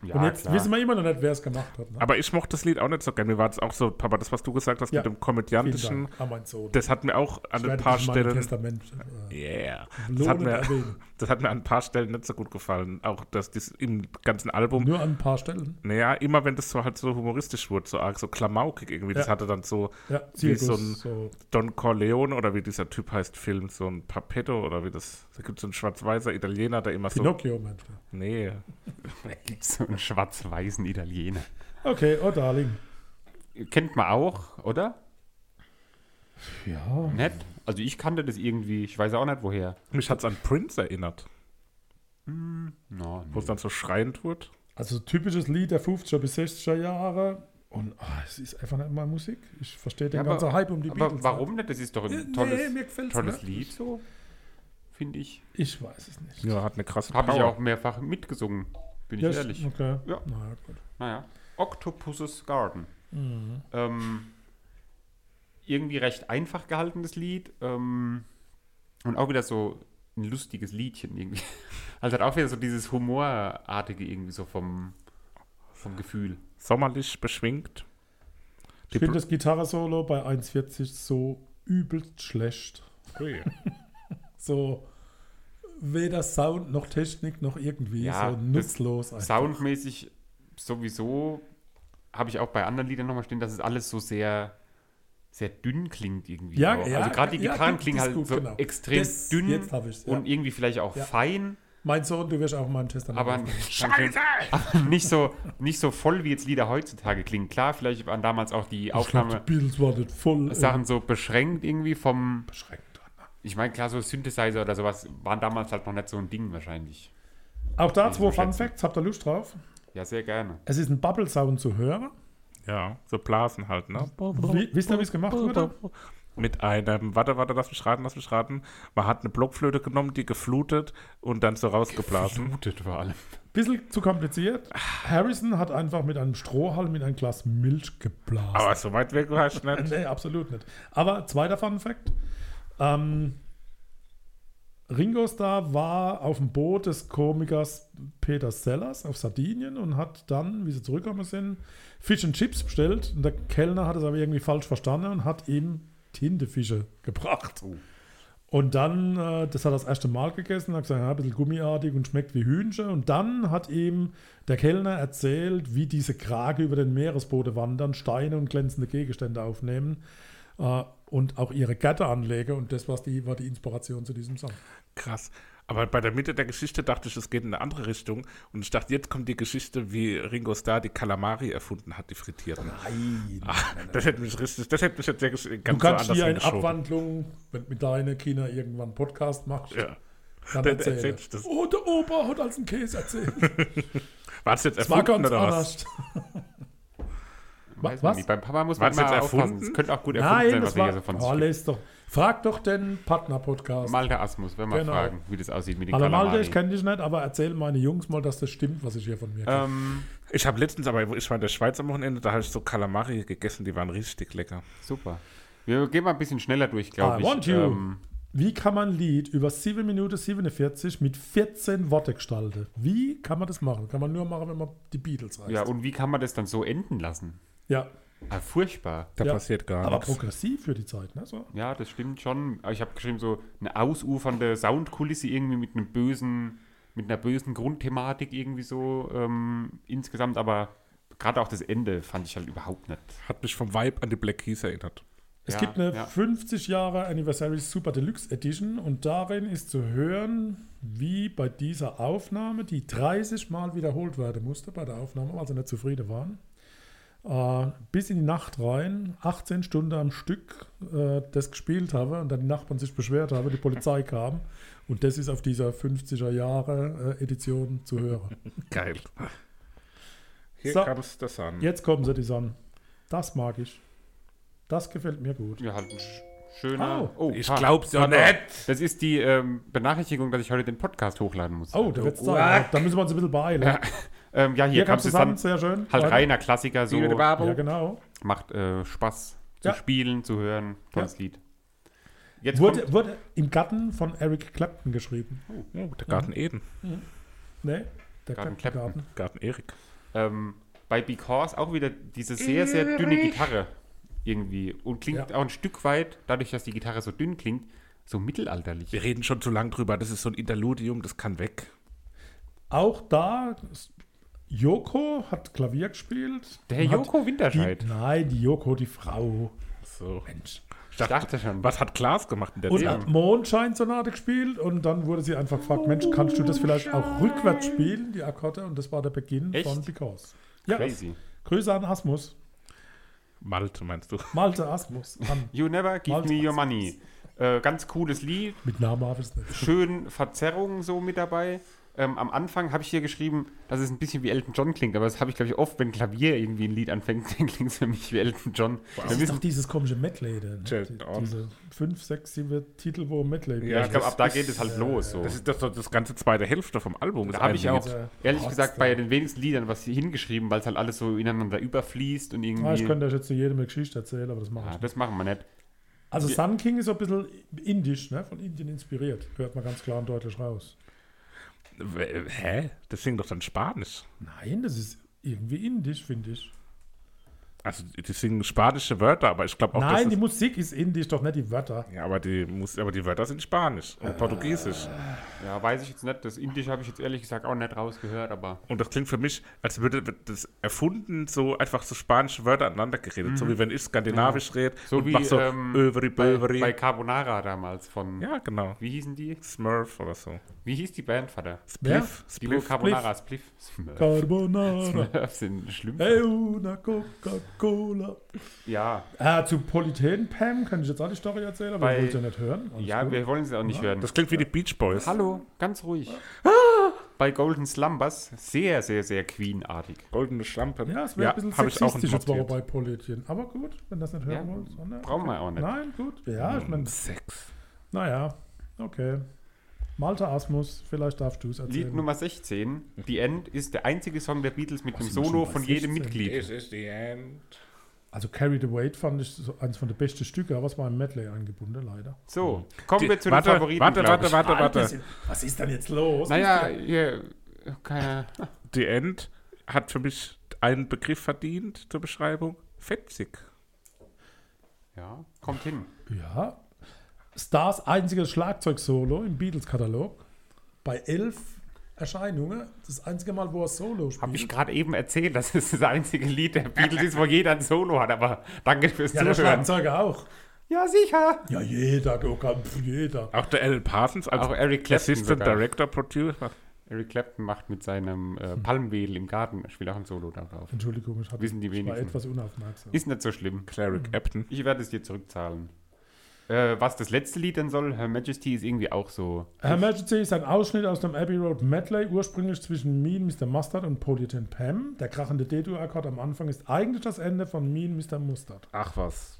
C: ja,
B: Und jetzt
C: klar.
B: wissen wir immer noch nicht, wer es gemacht hat. Ne?
A: Aber ich mochte das Lied auch nicht so gern. Mir war das auch so, Papa, das, was du gesagt hast
B: Ja.
A: mit dem
B: Vielen
A: komödiantischen,
B: Dank an mein Sohn.
A: das hat mir auch an
B: Ich
A: ein
B: werde
A: paar
B: dich in meinem
A: Stellen.
B: Testament äh,
A: Yeah. Das hat
B: lohnend
A: mir,
B: erwähnen.
A: Das hat mir an ein paar Stellen nicht so gut gefallen. Auch das, das im ganzen Album.
B: Nur an ein paar Stellen.
A: Naja, immer wenn das so halt so humoristisch wurde, so arg, so klamaukig irgendwie. Das
B: Ja.
A: hatte dann so
B: Ja,
A: wie
B: Zirkus,
A: so ein Don Corleone oder wie dieser Typ heißt, Film, so ein Papetto oder wie das. Da gibt es so einen schwarz-weißer Italiener, der immer so.
B: Pinocchio, meinst du?
A: Nee.
C: Da gibt es so einen schwarz-weißen Italiener.
B: Okay, oh Darling.
C: Kennt man auch, oder?
B: Ja.
C: Nett. Also ich kannte das irgendwie, ich weiß auch nicht woher.
A: Mich hat es an Prince erinnert,
C: No,
A: wo es dann so schreiend wird.
B: Also typisches Lied der 50er bis 60er Jahre. Und ah, es ist einfach nicht mal Musik. Ich verstehe den
C: Ja, aber-
B: ganzen Hype um die
C: aber
B: Beatles.
C: warum nicht? Das ist doch ein
B: nicht.
C: tolles,
B: nee, mir gefällt's ne?
C: tolles
B: nicht.
C: Lied, so, finde ich.
B: Ich weiß es nicht.
A: Ja, hat eine krasse
C: Habe ich
A: Power.
C: auch mehrfach mitgesungen, bin ich
B: Ja,
C: ehrlich.
B: Okay.
C: Ja.
B: Na, gut.
C: Naja. Octopus's Garden.
B: Mhm.
C: Ähm, irgendwie recht einfach gehaltenes Lied. Ähm, und auch wieder so ein lustiges Liedchen irgendwie. Also hat auch wieder so dieses Humorartige irgendwie so vom, vom Gefühl.
A: Sommerlich beschwingt.
B: Ich finde das Gitarre-Solo bei 1,40 so übelst schlecht.
C: Oh
A: Ui.
B: So weder Sound noch Technik noch irgendwie.
C: Ja,
B: so
C: das
B: nutzlos. einfach.
C: Soundmäßig sowieso habe ich auch bei anderen Liedern nochmal stehen, dass es alles so sehr, sehr dünn klingt irgendwie.
B: Ja,
C: auch.
B: ja,
C: also gerade die
B: ja,
C: Gitarren
B: das
C: klingen
B: ist
C: halt
B: gut,
C: so
B: genau.
C: extrem
B: Das-
C: dünn
B: jetzt hab ich's, ja.
C: und irgendwie vielleicht auch
B: Ja.
C: fein,
B: Mein Sohn, du wirst auch mal einen Test
C: aber aber nicht, so, nicht so voll, wie jetzt Lieder heutzutage klingen. Klar, vielleicht waren damals auch die
B: Ich glaub, die
C: Aufnahme.
B: Beatles waren nicht voll. äh,
C: Sachen so beschränkt irgendwie vom,
B: beschränkt.
C: ich meine, klar, so Synthesizer oder sowas waren damals halt noch nicht so ein Ding wahrscheinlich.
B: Auch da zwei Fun
C: schätzen.
B: Facts. Habt ihr Lust drauf?
C: Ja, sehr gerne.
B: Es ist ein Bubble-Sound zu hören.
A: Ja, so Blasen halt, ne?
B: Wie- wisst ihr, wie es gemacht wurde?
A: Mit einem, warte, warte, lass mich raten, lass mich raten. Man hat eine Blockflöte genommen, die geflutet und dann so rausgeblasen.
C: Blutet vor allem.
B: Bisschen zu kompliziert. Harrison hat einfach mit einem Strohhalm in ein Glas Milch geblasen.
A: Aber so weit weg war ich nicht.
B: nee, absolut nicht. Aber zweiter Fun Fact. Ähm, Ringo Starr war auf dem Boot des Komikers Peter Sellers auf Sardinien und hat dann, wie sie zurückgekommen sind, Fish and Chips bestellt. Und der Kellner hat es aber irgendwie falsch verstanden und hat ihm Tintefische gebracht. Und dann, äh, das hat er das erste Mal gegessen, hat gesagt, ja, ein bisschen gummiartig und schmeckt wie Hühnchen. Und dann hat ihm der Kellner erzählt, wie diese Krake über den Meeresboden wandern, Steine und glänzende Gegenstände aufnehmen äh, und auch ihre Gatte anlegen. Und das war's die, war die Inspiration zu diesem Song.
A: Krass. Aber bei der Mitte der Geschichte dachte ich, es geht in eine andere Richtung. Und ich dachte, jetzt kommt die Geschichte, wie Ringo Starr die Kalamari erfunden hat, die frittierten. Ah,
B: Nein.
A: Das hätte mich richtig, das hätte mich jetzt sehr gesch- ganz
B: Du kannst
A: so anders
B: hier in
A: hingeschoben.
B: Abwandlung, wenn mit deiner China irgendwann einen Podcast machst,
A: Ja.
B: dann
A: Dann
B: erzähl.
A: erzähl ich das.
B: Oh, der Opa hat als ein Käse erzählt.
A: War das jetzt
B: Es war
A: erfunden
B: ganz
A: oder was?
B: anders. was?
C: Weiß man nicht. Beim Papa muss man
A: War's jetzt
C: immer aufpassen.
A: erfunden?
C: Es könnte auch gut erfunden
B: Nein,
C: sein,
B: das
C: was wir
B: war.
C: hier so von
B: oh,
C: sich geben.
B: lest doch. Frag doch den Partner-Podcast.
C: Malte Asmus, wenn wir
B: Genau.
C: fragen, wie das aussieht mit den
B: Hallo
C: Kalamari.
B: Malte, ich kenne dich nicht, aber erzähl meine Jungs mal, dass das stimmt, was ich hier von mir kenne.
C: ähm,
A: Ich habe letztens, aber ich war in der Schweiz am Wochenende, da habe ich so Kalamari gegessen, die waren richtig lecker.
C: super. Wir gehen mal ein bisschen schneller durch, glaube
B: Ah, I
C: ich.
B: want you.
C: Ähm,
B: Wie kann man ein Lied über 7 Minuten 47 mit 14 Worte gestalten? Wie kann man das machen? Kann man nur machen, wenn man die Beatles reißt.
C: ja, und wie kann man das dann so enden lassen?
B: ja.
C: Ah, furchtbar.
A: Da
B: Ja.
A: passiert gar
B: aber
A: nichts.
B: progressiv für die Zeit, ne? So.
C: Ja, das stimmt schon. Aber Ich habe geschrieben, so eine ausufernde Soundkulisse irgendwie mit einem bösen, mit einer bösen Grundthematik irgendwie so ähm, insgesamt, aber gerade auch das Ende fand ich halt überhaupt nicht.
A: Hat mich vom Vibe an die Black Keys erinnert.
B: Es
C: Ja,
B: gibt eine
C: ja.
B: 50 Jahre Anniversary Super Deluxe Edition und darin ist zu hören, wie bei dieser Aufnahme, die 30 Mal wiederholt werden musste bei der Aufnahme, weil sie nicht zufrieden waren, äh, bis in die Nacht rein, 18 Stunden am Stück äh, das gespielt habe und dann die Nachbarn sich beschwert haben, die Polizei kam und das ist auf dieser 50er Jahre äh, Edition zu hören.
A: Geil. Hier
B: So.
A: kam es das an.
B: Jetzt kommen sie, die Sonne. Das mag ich. Das gefällt mir gut.
C: Ja, halt ein sch- schöner.
B: Oh,
A: ich
C: ah,
A: glaub's ja
C: ah, doch.
A: nicht.
C: Das ist die ähm, Benachrichtigung, dass ich heute den Podcast hochladen muss.
B: Oh, da wird's Zeit. Da müssen wir uns ein bisschen beeilen.
C: Ja, ähm, ja hier,
B: Hier
C: kam
B: kam zusammen,
C: es
B: sehr
C: dann.
B: schön.
C: Halt
B: Weiter.
C: reiner Klassiker, so
B: Ja, genau.
C: macht äh, Spaß zu
B: Ja.
C: spielen, zu hören. Tolles Lied. Jetzt
B: genau. Wurde, wurde im Garten von Eric Clapton geschrieben.
A: Oh, der Garten Eden.
B: Ne? Der
C: Garten
B: Clapton-Garten.
A: Garten Erik.
C: ähm, bei Because auch wieder diese sehr, sehr dünne Gitarre irgendwie und klingt
B: Ja.
C: auch ein Stück weit, dadurch, dass die Gitarre so dünn klingt, so mittelalterlich.
A: Wir reden schon zu lang drüber. Das ist so ein Interludium, das kann weg.
B: Auch da, Joko hat Klavier gespielt.
C: Der
B: und hat
C: Joko
B: Die,
C: Winterscheid.
B: nein, die Joko, die Frau.
A: So.
B: Mensch.
A: Ich
C: Ich
A: dachte,
C: dachte schon.
A: was hat Klaas gemacht in der
B: Und
A: Zeit?
B: hat Mondscheinsonate gespielt und dann wurde sie einfach gefragt, Mensch, kannst du das vielleicht auch rückwärts spielen, die Akkorde? Und das war der Beginn
C: Echt?
B: von Because. Ja,
C: Crazy.
B: Grüße an Asmus.
A: Malte, meinst du?
B: Malte Asmus. An.
C: You never give
B: Walter
C: me your
B: Asmus.
C: money. Äh, ganz cooles Lied.
B: Mit Namen habe ich es nicht.
C: schön Verzerrungen so mit dabei. Ähm, am Anfang habe ich hier geschrieben, dass es ein bisschen wie Elton John klingt, aber das habe ich, glaube ich, oft, wenn Klavier irgendwie ein Lied anfängt, dann klingt es für mich wie Elton John.
B: Das
C: Wir
B: ist doch
C: wissen,
B: dieses komische Medley. da, Ne?
A: Jailed
B: Die-
A: On.
B: Diese fünf, sechs, sieben Titel, wo Medley Ah,
A: Ja,
C: ich glaube,
A: das
C: ab da
A: ist,
C: geht es halt los. So.
A: Das ist das, das ganze zweite Hälfte vom Album.
C: Da
A: ist
C: habe
A: ein
C: ich auch,
A: Lied.
B: Lied.
C: ehrlich
B: Trotzdem.
C: gesagt, bei den wenigsten Liedern was hier hingeschrieben, weil es halt alles so ineinander überfließt und irgendwie.
B: Ah, ich könnte euch jetzt zu jedem eine Geschichte erzählen, aber das mache ich
C: ja,
B: nicht.
C: das machen wir nicht.
B: Also Sun King ist so ein bisschen indisch, ne? von Indien inspiriert. Hört man ganz klar und deutlich raus.
A: W- äh, Hä? Das singt doch dann Spanisch.
B: Nein, das ist irgendwie indisch, finde ich.
A: Also, die singen spanische Wörter, aber ich glaube auch,
B: Nein, die
A: dass.
B: Musik ist indisch, doch nicht die Wörter.
A: Das, ja, aber die, muss, aber die Wörter sind Spanisch und Portugiesisch.
C: Ja, weiß ich jetzt nicht. Das Indisch habe ich jetzt ehrlich gesagt auch nicht rausgehört, aber
A: Und das klingt für mich, als würde das erfunden, so einfach so spanische Wörter aneinander geredet. So wie wenn ich skandinavisch rede
C: Mhm. so
A: und
C: wie
A: mach so
C: ähm,
A: Överi,
C: bei,
A: Böveri.
C: bei Carbonara damals von.
A: ja, genau.
C: Wie hießen die?
A: Smurf oder so.
C: Wie hieß die Band, Vater?
A: Spliff?
C: Die wo
A: Spliff?
C: Carbonara, Spliff. Smurf.
B: Carbonara,
C: Smurfs sind schlimm.
B: e una Coca-Cola.
C: Ja,
B: Ah, zu Politäten Pam kann ich jetzt auch die Story erzählen, aber
C: Bei-
B: ihr wollt ja nicht hören. Alles
C: ja
B: gut.
C: wir wollen sie auch nicht hören.
A: Das klingt wie die Beach Boys.
C: Hallo, ganz ruhig. Bei Golden Slumbers sehr, sehr, sehr Queen-artig.
A: Goldene Schlampe.
B: ja, es wäre ein bisschen
A: hab ich auch
B: sexistisch jetzt mal
A: notiert.
B: bei Politien. Aber gut, wenn das nicht hören
C: Ja,
B: wollt. ne? sondern-
C: Brauchen wir auch nicht.
B: Nein, gut.
C: Genau.
B: Ja, ich meine,
A: Sex.
B: naja, okay. Malte Asmus, vielleicht darfst du es erzählen.
C: Lied Nummer 16, The End, ist der einzige Song der Beatles mit einem
B: sind wir
C: Solo
B: schon bei
C: von jedem
B: 16?
C: Mitglied.
A: is the end.
B: Also Carry the Weight fand ich so eines von den besten Stücke, aber es war im Medley eingebunden, leider.
C: So, kommen wir zu den
A: warte,
C: Favoriten.
A: warte,
C: glaub
A: warte,
C: ich.
A: warte,
B: Alter,
A: warte.
B: Was ist denn jetzt los?
C: Naja, hier, keine.
A: The End hat für mich einen Begriff verdient zur Beschreibung. Fetzig.
C: Ja, kommt hin.
B: Ja. Stars einziges Schlagzeugsolo im Beatles-Katalog. Bei elf Erscheinungen. Das einzige Mal, wo er Solo spielt.
C: Habe ich gerade eben erzählt, dass es das einzige Lied der Beatles ist, wo jeder ein Solo hat, aber danke fürs
B: ja, der
C: Zuhören.
B: Schlagzeuger auch.
C: Ja, sicher.
B: Ja, jeder, Gokam, jeder.
A: Auch der Alan Parsons als
C: Auch Eric Clapton
A: Assistant
C: sogar.
A: Director Producer.
C: Eric Clapton macht mit seinem äh, Palmwedel im Garten, spielt auch ein Solo darauf.
B: Entschuldigung, ich, hab,
C: Wissen die
B: ich war
C: wenigsten.
B: etwas unaufmerksam.
C: Ist nicht so schlimm.
A: Cleric Epton.
C: Ich werde es dir zurückzahlen. Äh, was das letzte Lied denn soll, Her Majesty, ist irgendwie auch so.
B: Her Majesty ist ein Ausschnitt aus dem Abbey Road Medley, ursprünglich zwischen Mean Mr. Mustard und Politan Pam. Der krachende D-Dur-Akkord am Anfang ist eigentlich das Ende von Mean Mr. Mustard.
A: Ach was.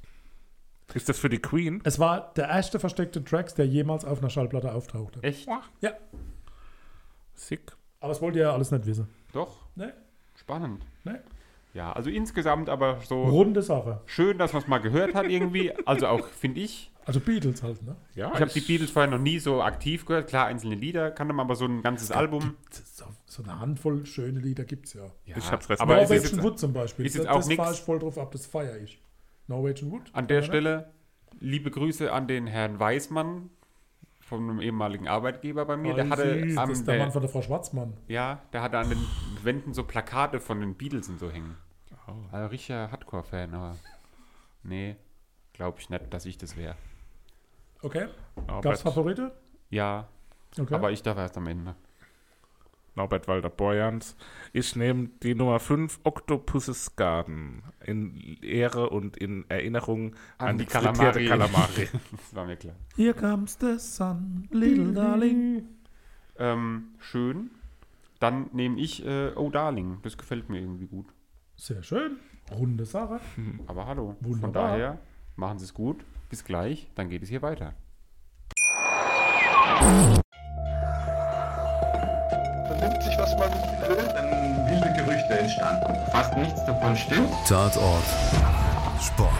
A: Ist das für die Queen?
B: Es war der erste versteckte Tracks, der jemals auf einer Schallplatte auftauchte.
C: Echt?
B: Ja,
A: Sick.
B: aber das wollt ihr ja alles nicht wissen.
C: Doch,
B: Ne?
C: spannend.
B: Ne?
C: Ja, also insgesamt aber so
B: Runde Sache.
C: schön, dass man es mal gehört hat irgendwie. Also auch, finde ich.
B: Also Beatles halt, ne?
A: Ja,
C: Ich habe die Beatles vorher noch nie so aktiv gehört. Klar, einzelne Lieder, kann man aber so ein ganzes Album.
B: So, so eine Handvoll schöne Lieder gibt's ja.
C: Ja,
A: Ich hab's recht.
C: aber es ist
B: Norwegian
C: jetzt
B: Wood zum Beispiel.
C: ist jetzt
B: das
C: auch
B: das
C: nix.
B: fahr ich voll drauf ab, das feiere ich. Norwegian Wood. ne?
C: an der
B: oder?
C: Stelle liebe Grüße an den Herrn Weismann von einem ehemaligen Arbeitgeber bei mir. Der
B: Ah,
C: hatte
B: süß, das
C: am,
B: ist der Mann
C: der,
B: von der Frau Schwarzmann.
C: ja, der hatte an den Wänden so Plakate von den Beatles und so hängen.
A: Oh.
C: Also richtiger Hardcore-Fan, aber nee, glaube ich nicht, dass ich das wäre.
B: Okay. Gab's
A: Norbert,
B: Favorite?
C: Ja,
B: Okay.
C: aber ich darf erst am Ende.
A: Norbert Walter Borjans. Ich nehme die Nummer 5, Octopus's Garden. In Ehre und in Erinnerung an, die Kalamari. Kalamari.
C: das war mir klar.
B: Here comes the sun, little darling.
C: Ähm, schön. Dann nehme ich äh, Oh Darling. Das gefällt mir irgendwie gut.
B: Sehr schön. Runde Sache.
C: Aber hallo. Von
B: Wunderbar.
C: daher, machen Sie es gut. Bis gleich, dann geht es hier weiter.
D: Man nimmt sich, was man will.
E: dann wilde Gerüchte entstanden. Fast nichts davon stimmt.
F: Tatort Sport.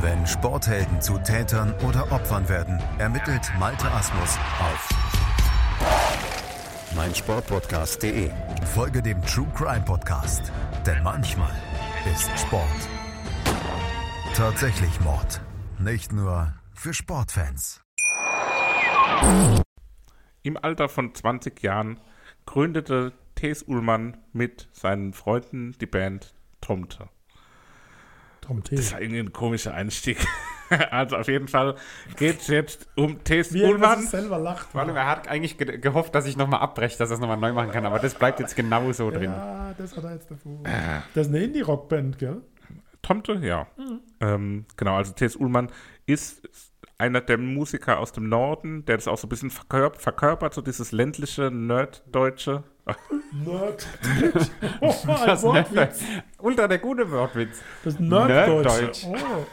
F: Wenn Sporthelden zu Tätern oder Opfern werden, ermittelt Malte Asmus auf meinsportpodcast.de. Folge dem True Crime Podcast, denn manchmal ist Sport tatsächlich Mord. Nicht nur für Sportfans.
A: Im Alter von 20 Jahren gründete T.S. Ullmann mit seinen Freunden die Band Tomte.
B: Tom T.
A: Das war irgendwie ein komischer Einstieg. Also auf jeden Fall geht es jetzt um T.S.
B: Wie er über sich
A: Ullmann.
B: selber lacht.
C: Vor allem, er hat eigentlich ge gehofft, dass ich nochmal abbreche, dass er es nochmal neu machen kann, aber das bleibt jetzt genau so drin. Ah.
B: Ja, das hat er jetzt davor. Das ist eine Indie-Rockband, gell?
A: Tomte, ja. Ähm, genau, also T.S. Ullmann ist einer der Musiker aus dem Norden, der das auch so ein bisschen verkörp verkörpert, so dieses ländliche, nerddeutsche.
B: Nerd. oh, ein
C: Das
B: Wortwitz.
C: Ultra der gute Wortwitz.
B: Das ist Nerddeutsch.
C: Nerddeutsch.
B: Oh.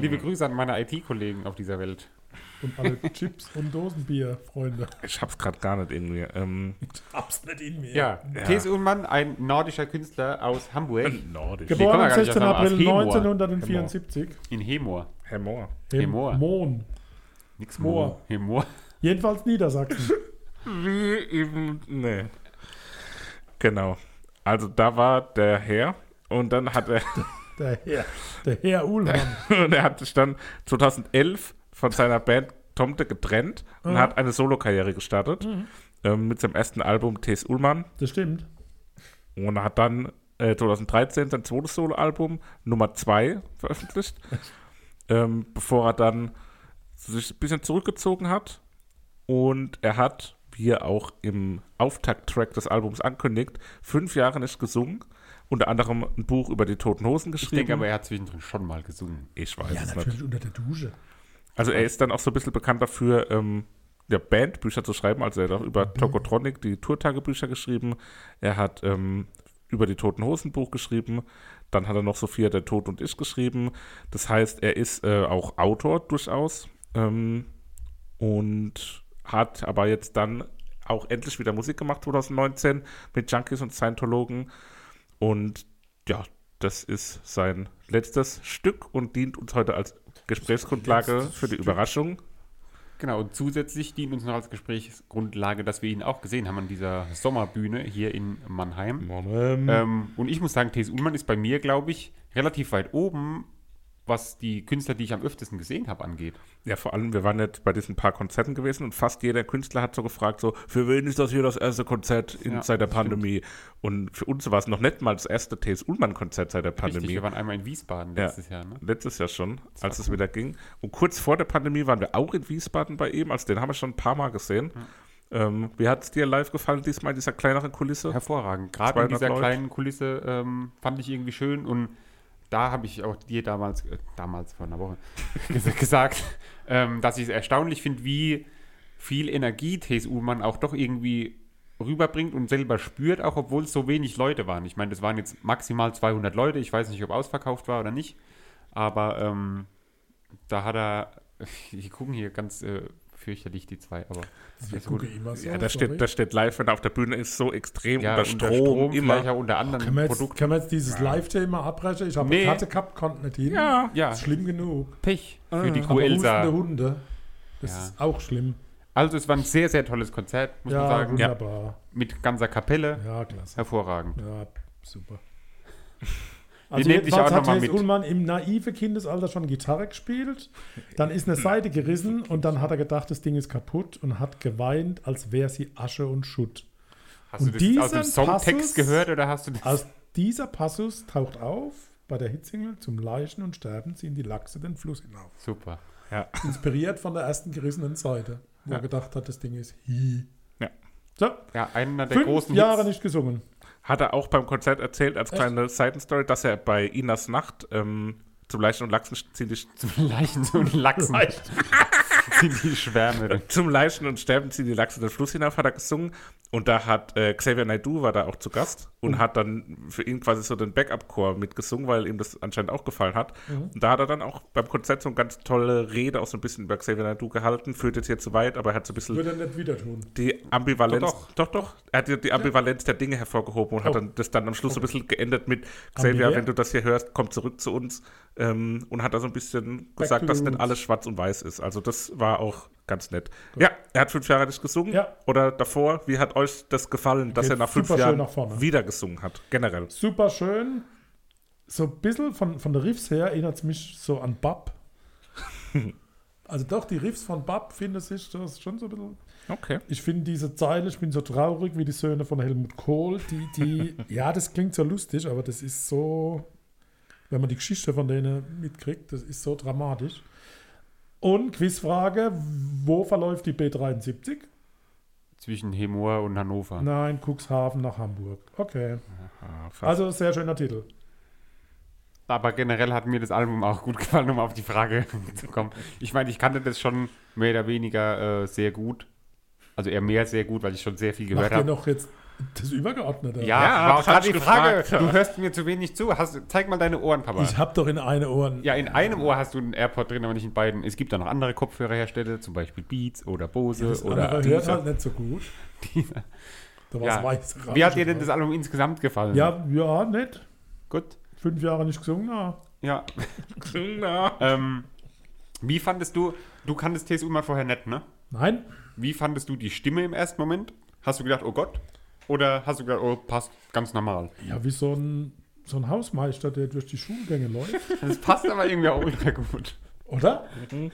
C: Liebe Grüße an meine IT-Kollegen auf dieser Welt.
B: Und alle Chips und Dosenbier, Freunde.
A: Ich hab's gerade gar nicht irgendwie. Ähm,
B: Hab's nicht in mir.
C: Ja, ja. T.S. Ullmann, ein nordischer Künstler aus Hamburg.
A: Nordisch.
C: Ge-
B: Geboren
C: kann man
B: am
C: gar nicht
B: 16.
C: aus-
B: April
C: aus Hemmoor.
B: 1974.
C: In Hemor.
A: Herr Mohr.
B: Im
C: Hemmoor.
B: Mohn.
C: Nix
B: Moor.
C: Hemor.
B: Jedenfalls Niedersachsen.
A: Wie im. Nee. Genau. Also da war der Herr und dann hat er.
B: Der Herr, der Herr Ullmann.
A: und er hat sich dann 2011 von seiner Band Tomte getrennt und hat eine Solokarriere gestartet. Ähm, mit seinem ersten Album T.S. Ullmann.
B: Das stimmt.
A: Und hat dann äh, 2013 sein zweites Soloalbum Nummer 2 veröffentlicht, ähm, bevor er dann sich ein bisschen zurückgezogen hat. Und er hat, wie er auch im Auftakttrack des Albums ankündigt, fünf Jahre nicht gesungen. Unter anderem ein Buch über die Toten Hosen
C: Ich
A: geschrieben.
C: denke aber, er hat zwischendrin schon mal gesungen.
A: ich weiß es nicht.
B: unter der Dusche.
A: Also er ist dann auch so ein bisschen bekannt dafür, ähm, ja, Bandbücher zu schreiben. Also er hat auch über Tokotronic die Tourtagebücher geschrieben. Er hat ähm, über die Toten Hosen Buch geschrieben. Dann hat er noch Sophia der Tod und ich geschrieben. Das heißt, er ist äh, auch Autor durchaus ähm, und hat aber jetzt dann auch endlich wieder Musik gemacht 2019 mit Junkies und Scientologen. Und ja, das ist sein letztes Stück und dient uns heute als Gesprächsgrundlage für die Überraschung.
C: Genau, und zusätzlich dient uns noch als Gesprächsgrundlage, dass wir ihn auch gesehen haben an dieser Sommerbühne hier in Mannheim.
A: Äh,
C: Ähm, und ich muss sagen, T.S. Ullmann ist bei mir, glaube ich, relativ weit oben, was die Künstler, die ich am öftesten gesehen habe, angeht.
A: Ja, vor allem, wir waren jetzt bei diesen paar Konzerten gewesen und fast jeder Künstler hat so gefragt, so, für wen ist das hier das erste Konzert in,
C: Ja,
A: seit der
C: das
A: Pandemie? Und für uns war es noch nicht mal das erste T.S. Ullmann-Konzert seit der Pandemie.
C: Richtig, wir waren einmal in Wiesbaden letztes
A: ja,
C: Jahr, ne?
A: Letztes Jahr schon, als es wieder ging. Und kurz vor der Pandemie waren wir auch in Wiesbaden bei ihm, also den haben wir schon ein paar Mal gesehen. Ähm, wie hat es dir live gefallen diesmal in dieser kleineren Kulisse?
C: Hervorragend. Gerade in
A: 200
C: dieser
A: Leute.
C: kleinen Kulisse ähm, fand ich irgendwie schön und da habe ich auch dir damals, äh, damals vor einer Woche ges- gesagt, ähm, dass ich es erstaunlich finde, wie viel Energie TSU man auch doch irgendwie rüberbringt und selber spürt, auch obwohl es so wenig Leute waren. Ich meine, das waren jetzt maximal 200 Leute. Ich weiß nicht, ob ausverkauft war oder nicht, aber ähm, da hat er, die gucken hier ganz äh, fürchterlich die zwei, aber ist gut.
B: immer so.
A: Ja, da
B: sorry.
A: steht, da steht live, wenn er auf der Bühne ist, so extrem
C: Ja,
A: unter Strom, immer.
C: vielleicht auch unter anderen
B: Können wir jetzt,
C: Produkten.
B: können wir jetzt dieses Live-Thema abbrechen? Ich habe
C: Nee.
B: eine Karte gehabt, konnte nicht hin.
A: Ja.
C: Ja,
B: Das ist schlimm genug.
C: Pech für die Kuh
B: Ah, Aber
C: Elsa.
B: hustende Hunde, das
C: Ja.
B: ist auch schlimm.
C: Also es war ein sehr, sehr tolles Konzert, muss man sagen.
B: wunderbar.
C: Mit ganzer Kapelle.
B: Ja, klasse.
C: Hervorragend.
B: Ja, super.
C: nehmen dich
B: jedenfalls
C: auch noch
B: hat
C: mal
B: Jens
C: mit.
B: Ullmann im naive Kindesalter schon Gitarre gespielt, dann ist eine Seite gerissen und dann hat er gedacht, das Ding ist kaputt und hat geweint, als wäre sie Asche und Schutt.
C: Hast
B: Und
C: du das aus dem
B: diesen Passus-
C: Songtext gehört oder hast du das?
B: Aus dieser Passus taucht auf, bei der Hitzingel zum Leichen und Sterben ziehen die Lachse den Fluss hinauf.
C: Super.
B: Inspiriert von der ersten gerissenen Seite, wo er gedacht hat, das Ding ist hi.
A: Ja.
B: So,
C: Ja, einer der
B: fünf
C: großen
B: Jahre
C: Hits.
B: nicht gesungen.
A: Hat er auch beim Konzert erzählt, als kleine Seitenstory, dass er bei Inas Nacht ähm, zum Leichen und Lachsen ziehen die,
C: Zum Leichen und Lachsen. sind die Schwärme.
A: zum Leichen und Sterben ziehen die Lachsen den Fluss hinauf, hat er gesungen. Und da hat äh, Xavier Naidoo war da auch zu Gast und hat dann für ihn quasi so den Backup-Chor mitgesungen, weil ihm das anscheinend auch gefallen hat. Und da hat er dann auch beim Konzert so eine ganz tolle Rede auch so ein bisschen über Xavier Naidoo gehalten. Führt jetzt hier zu weit, aber er hat so ein bisschen
B: Würde er nicht wieder tun.
A: die Ambivalenz.
C: Doch,
A: doch. Er hat die- die Ambivalenz der Dinge hervorgehoben
B: Oh.
A: und hat dann das dann am Schluss so ein bisschen geändert mit Xavier,
B: Ambivert?
A: wenn du das hier hörst, komm zurück zu uns. Ähm, und hat da so ein bisschen
B: to
A: gesagt, dass
B: the
A: nicht
B: roots.
A: alles schwarz und weiß ist. Also das war auch ganz nett. Ja, er hat fünf Jahre nicht gesungen.
B: Ja.
A: Oder davor, wie hat euch das gefallen, dass er
B: Geht
A: nach fünf
B: super schön
A: Jahren
B: nach vorne.
A: wieder gesungen hat? Generell.
B: Super schön. So ein bisschen von, von der Riffs her erinnert es mich so an Bab. Also doch, die Riffs von Bab finde ich das schon so ein bisschen.
A: Okay.
B: Ich finde diese Zeile, ich bin so traurig wie die Söhne von Helmut Kohl, die, die, ja, das klingt so lustig, aber das ist so, wenn man die Geschichte von denen mitkriegt, das ist so dramatisch. Und Quizfrage, wo verläuft die B73?
C: Zwischen Hemmoor und Hannover.
B: Nein, Cuxhaven nach Hamburg. Okay,
A: Ah, fast.
B: also sehr schöner Titel.
C: Aber generell hat mir das Album auch gut gefallen, um auf die Frage zu kommen. Ich meine, ich kannte das schon mehr oder weniger äh, sehr gut. Also eher mehr sehr gut, weil ich schon sehr viel
B: Macht
C: gehört
B: ihr
C: habe.
B: noch jetzt das Übergeordnete?
C: Ja,
A: Ja,
C: war auch
A: das hab
C: gerade
A: ich
C: die Frage.
A: gefragt, ja.
C: Du hörst mir zu wenig zu. Hast, zeig mal deine Ohren, Papa.
B: Ich habe doch in eine Ohren.
C: ja, in einem Ohr hast du einen AirPod drin, aber nicht in beiden. Es gibt da noch andere Kopfhörerhersteller, zum Beispiel Beats oder Bose
B: das
C: oder
B: andere hört
C: dieser.
B: halt nicht so gut. Da war's
C: ja.
B: weiß. ne?
C: Wie hat dir denn das Album insgesamt gefallen?
B: Ja, ja, nett.
C: Gut.
B: Fünf Jahre nicht gesungen, na.
C: Ja.
A: Na,
C: Ähm, wie fandest du, du kanntest TSU mal vorher nicht, ne?
B: Nein,
C: Wie fandest du die Stimme im ersten Moment? Hast du gedacht, oh Gott? Oder hast du gedacht, oh, passt ganz normal?
B: ja, wie so ein, so ein Hausmeister, der durch die Schulgänge läuft,
C: Das passt aber irgendwie auch ultra gut.
B: oder?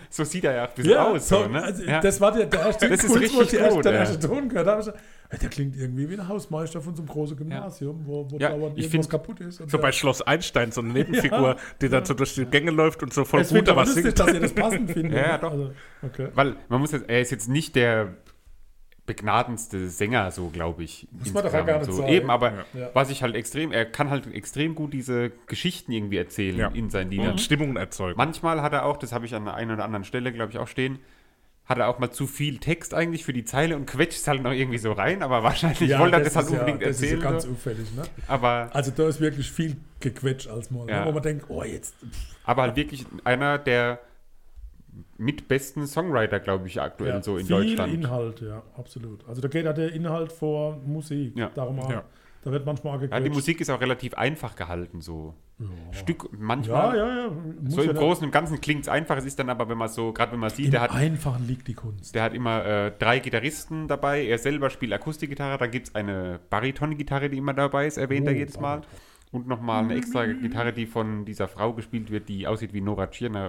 C: So sieht er ja auch ein bisschen aus. So, ne?
B: also,
C: ja.
B: Das war der, der erste
C: Das ist
B: Impuls, wo ich
C: richtig
B: die erste,
C: gut,
B: den
C: ja.
B: ersten Ton gehört habe. Ich dachte, "Ey, Der klingt irgendwie wie ein Hausmeister von so einem großen Gymnasium, wo, wo
C: Ja,
B: dauernd
C: ich
B: irgendwas
C: find-
B: kaputt ist. und
A: so
B: der-
A: bei Schloss Einstein, so eine Nebenfigur, die dann so durch die Gänge läuft und so voll
B: es wird
A: gut
B: aber
A: aber
B: lustig,
A: singt.
B: dass ihr das passend findet.
C: Ja, ja, doch.
B: Also, okay.
C: Weil man muss jetzt, er ist jetzt nicht der begnadendste Sänger, so glaube ich. Muss
B: man doch ja gar nicht
C: so.
B: sagen.
C: Eben, aber
B: Ja.
C: was ich halt extrem, er kann halt extrem gut diese Geschichten irgendwie erzählen
A: Ja. Mhm.
C: in seinen Liedern.
B: Mhm.
A: Und Stimmungen erzeugen.
C: Manchmal hat er auch, das habe ich an der einen oder anderen Stelle, glaube ich, auch stehen, hat er auch mal zu viel Text eigentlich für die Zeile und quetscht es halt noch irgendwie so rein, aber wahrscheinlich wollte er das halt
B: ist ja-
C: unbedingt
B: Das ist ja
C: erzählen.
B: ganz
C: so.
B: zufällig, ne?
C: aber,
B: Also da ist wirklich viel gequetscht als mal,
C: Ja.
B: ne? wo man denkt, oh jetzt.
C: aber halt wirklich einer der mit besten Songwriter, glaube ich, aktuell
B: ja,
C: so in
B: viel
C: Deutschland.
B: Inhalt, ja, absolut. Also da geht ja der Inhalt vor Musik.
C: Ja.
B: Darum auch,
A: Ja.
B: Da wird manchmal gequetscht.
C: ja, die Musik ist auch relativ einfach gehalten, so Stück
B: Ja,
C: manchmal.
B: ja, ja.
C: So
B: Muss ja
C: im
B: nicht-
C: Großen und Ganzen klingt es einfach, es ist dann aber, wenn man so, gerade wenn man sieht,
B: Im
C: der hat
B: Einfachen liegt die Kunst.
C: Der hat immer äh, drei Gitarristen dabei. Er selber spielt Akustikgitarre. Dann gibt es eine Bariton-Gitarre, die immer dabei ist, erwähnt er
B: Oh,
C: jedes Mal. Und nochmal eine extra Gitarre, die von dieser Frau gespielt wird, die aussieht wie Nora Tschirner.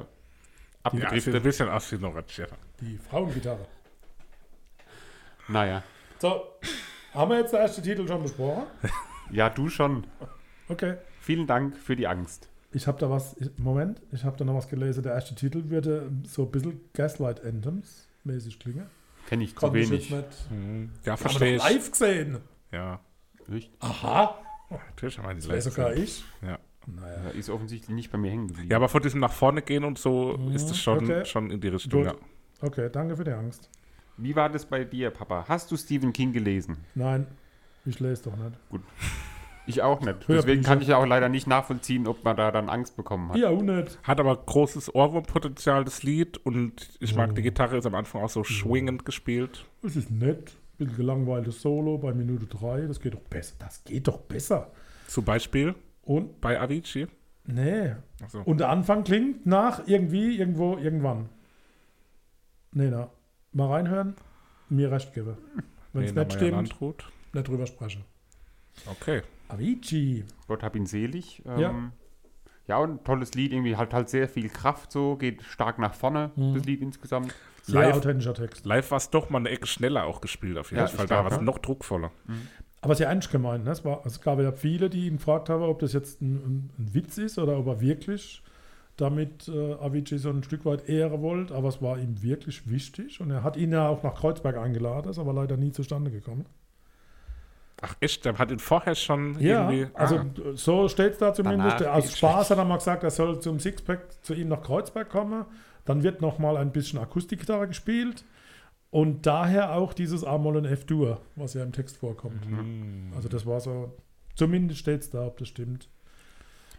A: Ja, sieht ein
C: Abgedriftet.
A: bisschen aus wie Norat Schäfer.
B: Die Frauengitarre.
C: Naja.
B: So, haben wir jetzt den ersten Titel schon besprochen?
C: Ja, du schon.
B: Okay.
C: Vielen Dank für die Angst.
B: Ich habe da was, ich- Moment, ich habe da noch was gelesen. Der erste Titel würde ähm, so ein bisschen Gaslight Anthems mäßig klingen.
C: Kenne ich zu
B: Konnte ich jetzt
C: wenig. Hm.
B: nicht.
A: Ja,
B: Haben wir
A: verstehe
B: doch
A: ich.
B: live gesehen.
A: Ja,
C: Nicht?
B: Ah. Aha.
A: natürlich haben wir die
B: Weiß
A: live
B: sogar
A: gesehen.
B: ich.
A: Ja.
B: Naja.
C: Ja, Äh, Ist offensichtlich nicht bei mir hängen geblieben.
A: ja, aber von diesem nach vorne gehen und so ist es schon,
B: Mhm, okay.
A: schon in die Richtung.
B: Gut.
A: Ja.
B: Okay, danke für die Angst.
C: Wie war das bei dir, Papa? Hast du Stephen King gelesen?
B: Nein, ich lese doch nicht.
C: Ich auch nicht.
B: Hörbücher.
C: Deswegen kann ich ja auch leider nicht nachvollziehen, ob man da dann Angst bekommen hat.
B: Ja, auch nicht.
A: Hat aber großes Ohrwurmpotenzial, das Lied. Und ich
B: Mhm.
A: mag, die Gitarre ist am Anfang auch so schwingend gespielt.
B: Es ist nett. Bisschen gelangweiltes Solo bei Minute 3. Das geht doch besser. Das geht doch besser.
A: Zum Beispiel
B: Und
A: bei Avicii. Also,
B: Nee.
A: Ach so.
B: Und der Anfang klingt nach irgendwie, irgendwo, irgendwann. Nee, na. Mal reinhören, mir recht gebe. Wenn es
A: Lena
B: nicht stimmt,
A: Meyer-Landrut.
B: nicht drüber sprechen.
A: Okay.
B: Avicii.
C: Gott hab ihn selig. Ähm,
B: Ja.
C: ja. Ja, und tolles Lied, irgendwie hat halt sehr viel Kraft so, geht stark nach vorne,
B: Mhm.
C: das Lied insgesamt.
B: Sehr
A: Live.
B: authentischer Text.
A: Live war es doch mal eine Ecke schneller auch gespielt, auf jeden
C: Ja,
A: Fall.
C: ich
A: Da
C: glaub,
A: war es
C: ja.
A: noch druckvoller.
B: Aber sehr ernst gemeint. Ne? Es, war, es gab ja viele, die ihn gefragt haben, ob das jetzt ein, ein, ein Witz ist oder ob er wirklich damit äh, Avicii so ein Stück weit Ehre wollte. Aber es war ihm wirklich wichtig. Und er hat ihn ja auch nach Kreuzberg eingeladen, ist aber leider nie zustande gekommen.
A: Ach echt, der hat ihn vorher schon
B: Ja,
A: irgendwie.
B: also
A: ah,
B: so steht es da
C: Danach
B: zumindest. Der- Aus
C: geht's
B: Spaß hat er mal gesagt, er soll zum Sixpack zu ihm nach Kreuzberg kommen. Dann wird nochmal ein bisschen Akustikgitarre gespielt. Und daher auch dieses A-Moll und F-Dur, was ja im Text vorkommt.
C: Mhm.
B: Also das war so, zumindest steht es da, ob das stimmt.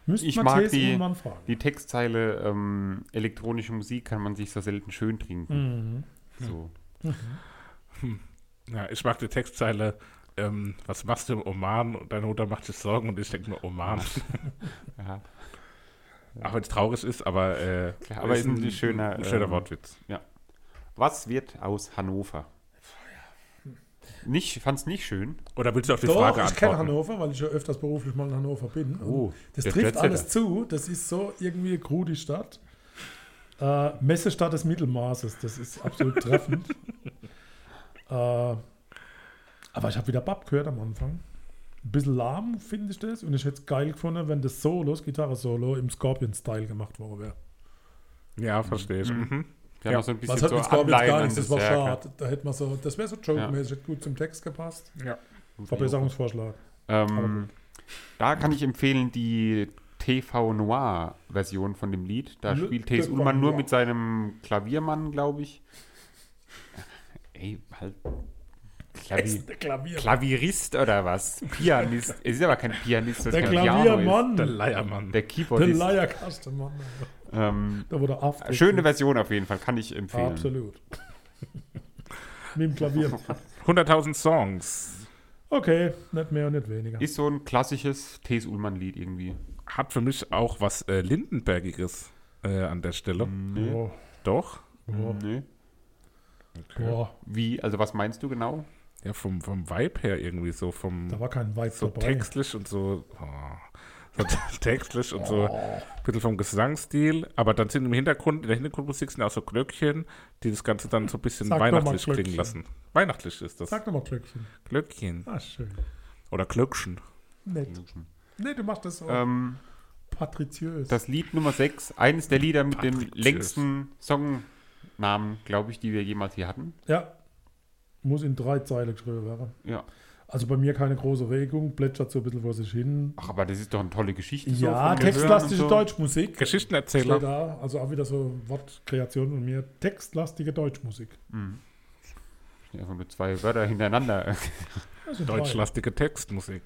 B: Müsste
C: Ich
B: man
C: mag
B: Thes
C: die-
B: Ullmann fragen.
C: Die Textzeile, ähm, elektronische Musik kann man sich so selten schön
B: Mhm.
C: trinken. So.
A: ja, ich mag die Textzeile. Ähm, was machst du im Oman? Und deine Mutter macht sich Sorgen und ich denke mir, Oman.
C: Ja.
A: Auch wenn es traurig ist, aber, äh,
C: Klar, aber ist ein schöner,
A: ein schöner
C: ähm,
A: Wortwitz.
C: Was wird aus Hannover? Nicht, fand's nicht schön.
A: Oder willst du auf die
B: Doch,
A: Frage
B: ich kenne
A: antworten?
B: Hannover, weil ich ja öfters beruflich mal in Hannover bin. Und
C: Oh,
B: das
C: der
B: trifft
C: Jet-Setter.
B: alles zu. Das ist so irgendwie eine krude Stadt. Äh, Messestadt des Mittelmaßes, das ist absolut treffend. äh, aber ich habe wieder Bab gehört am Anfang. Ein bisschen lahm finde ich das und ich hätte es geil gefunden, wenn das Solo, das Gitarre-Solo im Scorpion-Style gemacht worden wäre.
A: Ja, verstehe ich. Mhm.
C: Ja,
A: Ja.
C: noch so ein bisschen
B: Was hat
C: so
B: mit Scorpion
C: Anleihen
B: gar
C: an
B: nichts, das
C: das
B: war
C: Werk, ne?
B: schade. Da hätte man so, das wäre so joke-mäßig, hätte gut zum Text gepasst.
A: Ja.
B: Verbesserungsvorschlag.
C: Ähm, da kann ich empfehlen die TV Noir Version von dem Lied. Da
B: Le
C: spielt T.S.
B: TV
C: Ullmann nur
B: Noir.
C: mit seinem Klaviermann, glaube ich. Ey, halt. Klavi
B: Der Klavier.
C: Klavierist oder was? Pianist. Es ist aber kein Pianist, das
B: Der
C: kein Piano
B: Klaviermann.
A: Der
B: Der
A: Leiermann.
C: ist. Der Keyboardist.
B: Leierkasten, Mann.
C: Ähm,
B: Da wurde After.
C: schöne Version auf jeden Fall, kann ich empfehlen.
B: Absolut. Mit dem Klavier.
A: 100.000 Songs.
B: Okay, nicht mehr und nicht weniger.
C: Ist so ein klassisches T.S. Ullmann-Lied irgendwie.
A: Hat für mich auch was äh, Lindenbergiges äh, an der Stelle.
C: Mhm.
B: Boah,
A: Doch.
C: Nee.
B: boah,
C: Wie, also was meinst du genau?
A: Ja, vom, vom Vibe her irgendwie so, vom
B: da war kein Weiß
A: so
B: dabei.
A: textlich und so, oh, so textlich und so ein bisschen vom Gesangsstil. Aber dann sind im Hintergrund, in der Hintergrundmusik sind auch so Glöckchen, die das Ganze dann so ein bisschen
B: Sag doch mal
A: weihnachtlich klingen
B: Glöckchen.
A: lassen. Weihnachtlich ist das.
B: Sag doch mal Glöckchen.
A: Glöckchen.
B: Ah, schön.
A: Oder Glöckchen.
B: Nett. Nee, du machst das so
C: Ähm,
B: patriziös.
C: das Lied Nummer 6, eines der Lieder mit dem
A: Patrick Süß.
C: längsten Songnamen, glaube ich, die wir jemals hier hatten.
B: ja. Muss in drei Zeilen geschrieben werden.
C: Ja.
B: Also bei mir keine große Regung, plätschert so ein bisschen vor sich hin.
C: Ach, aber das ist doch eine tolle Geschichte. so
B: Ja,
C: vom Gehirn
B: textlastische
C: und so.
B: Deutschmusik. Steht
A: Geschichtenerzähler.
B: da, also auch wieder so Wortkreation von mir. Textlastige Deutschmusik.
C: Ja, Einfach nur zwei Wörter hintereinander.
B: Das sind Also drei.
A: Deutschlastige Textmusik.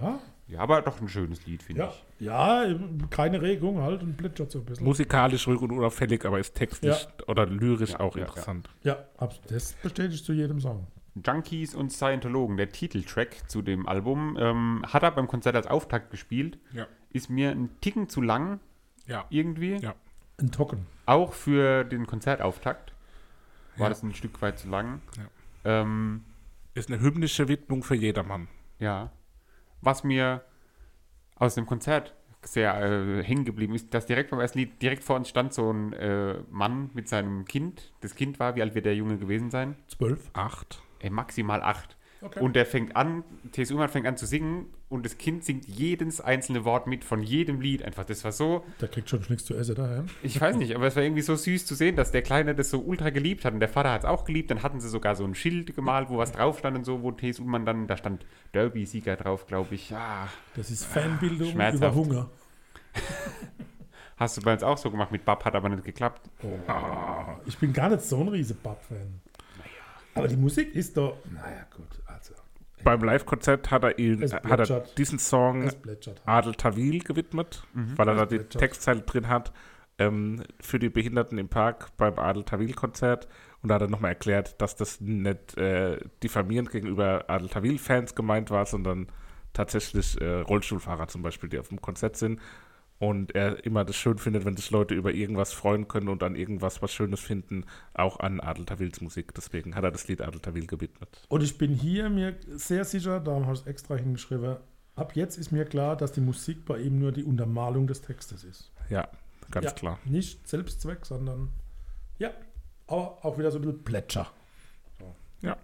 B: Ja.
C: Ja, aber doch ein schönes Lied, finde
B: Ja.
C: ich.
B: ja, keine Regung halt und plätschert so ein bisschen.
A: Musikalisch ruhig und unauffällig, aber ist textlich oder lyrisch
C: Ja,
A: auch
C: ja,
A: interessant.
B: Ja, abs- das bestätigt zu jedem Song.
C: Junkies und Scientologen, der Titeltrack zu dem Album, ähm, hat er beim Konzert als Auftakt gespielt.
A: Ja.
C: Ist mir ein Ticken zu lang
A: Ja.
C: irgendwie.
A: Ja.
B: Ein Tocken.
C: Auch für den Konzertauftakt war das ein Stück weit zu lang. Ja. Ähm,
A: Ist eine hymnische Widmung für jedermann.
C: Ja. Was mir aus dem Konzert sehr äh, hängen geblieben ist, dass direkt beim ersten Lied, direkt vor uns stand so ein äh, Mann mit seinem Kind. Das Kind war, wie alt wird der Junge gewesen sein?
B: Zwölf.
A: Acht.
C: Ey, maximal acht.
B: Okay.
C: Und der fängt an, T.S. Ullmann fängt an zu singen und das Kind singt jedes einzelne Wort mit von jedem Lied. Einfach, das war so,
B: Der kriegt schon nichts zu essen daheim.
C: ich weiß nicht, aber es war irgendwie so süß zu sehen, dass der Kleine das so ultra geliebt hat und der Vater hat es auch geliebt. Dann hatten sie sogar so ein Schild gemalt, wo was drauf stand und so, wo T.S. Ullmann dann, da stand Derby-Sieger drauf, glaube ich. Ah,
B: Das ist
A: Ah,
B: Fanbildung
C: Schmerzhaft.
B: über Hunger.
C: Hast du bei uns auch so gemacht mit Bab, hat aber nicht geklappt.
B: Ich bin gar nicht so ein riesen Bub-Fan. Aber die Musik ist doch. Naja, gut, also.
A: Beim Live-Konzert hat er, ihn,
B: Es
A: hat er
B: plätschert.
A: diesen Song
B: Es plätschert.
A: Adel Tawil gewidmet, weil er da die
B: plätschert.
A: Textzeile drin hat ähm, für die Behinderten im Park beim Adel Tawil-Konzert. Und da hat er nochmal erklärt, dass das nicht äh, diffamierend gegenüber Adel Tawil-Fans gemeint war, sondern tatsächlich äh, Rollstuhlfahrer zum Beispiel, die auf dem Konzert sind. Und er immer das schön findet, wenn sich Leute über irgendwas freuen können und an irgendwas was Schönes finden, auch an Adel Tawils Musik. Deswegen hat er das Lied Adel Tawil gewidmet.
B: Und ich bin hier mir sehr sicher, darum habe ich es extra hingeschrieben. Ab jetzt ist mir klar, dass die Musik bei ihm nur die Untermalung des Textes ist.
A: Ja, ganz
B: ja,
A: klar.
B: Nicht Selbstzweck, sondern. Ja, aber auch wieder so ein bisschen Plätscher.
A: Ja.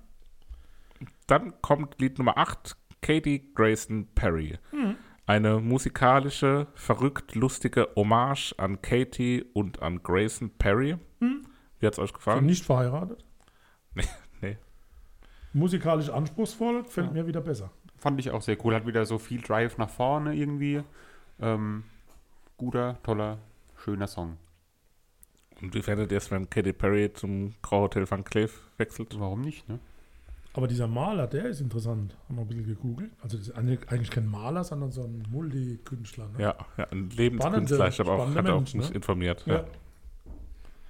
A: Dann kommt Lied Nummer 8, Katie Grayson Perry.
B: Hm.
A: Eine musikalische, verrückt lustige Hommage an Katie und an Grayson Perry.
B: Hm.
A: Wie hat es euch
B: Bin
A: gefallen?
B: nicht verheiratet.
A: Nee, nee.
B: Musikalisch anspruchsvoll, fällt mir wieder besser.
C: Fand ich auch sehr cool. Hat wieder so viel Drive nach vorne irgendwie. Ähm, guter, toller, schöner Song.
A: Und wie fändet ihr es, wenn Katy Perry zum Grau Hotel Van Cleef wechselt?
C: Warum nicht, ne?
B: Aber dieser Maler, der ist interessant. Haben wir ein bisschen gegoogelt. Also das ist eigentlich eigentlich kein Maler, sondern so ein Multikünstler. Ne?
A: Ja, ja ein Lebenskünstler. Ich habe auch,
B: spannende
A: hat auch
B: Mensch,
A: mich
B: ne?
A: informiert.
B: Ja.
A: Ja.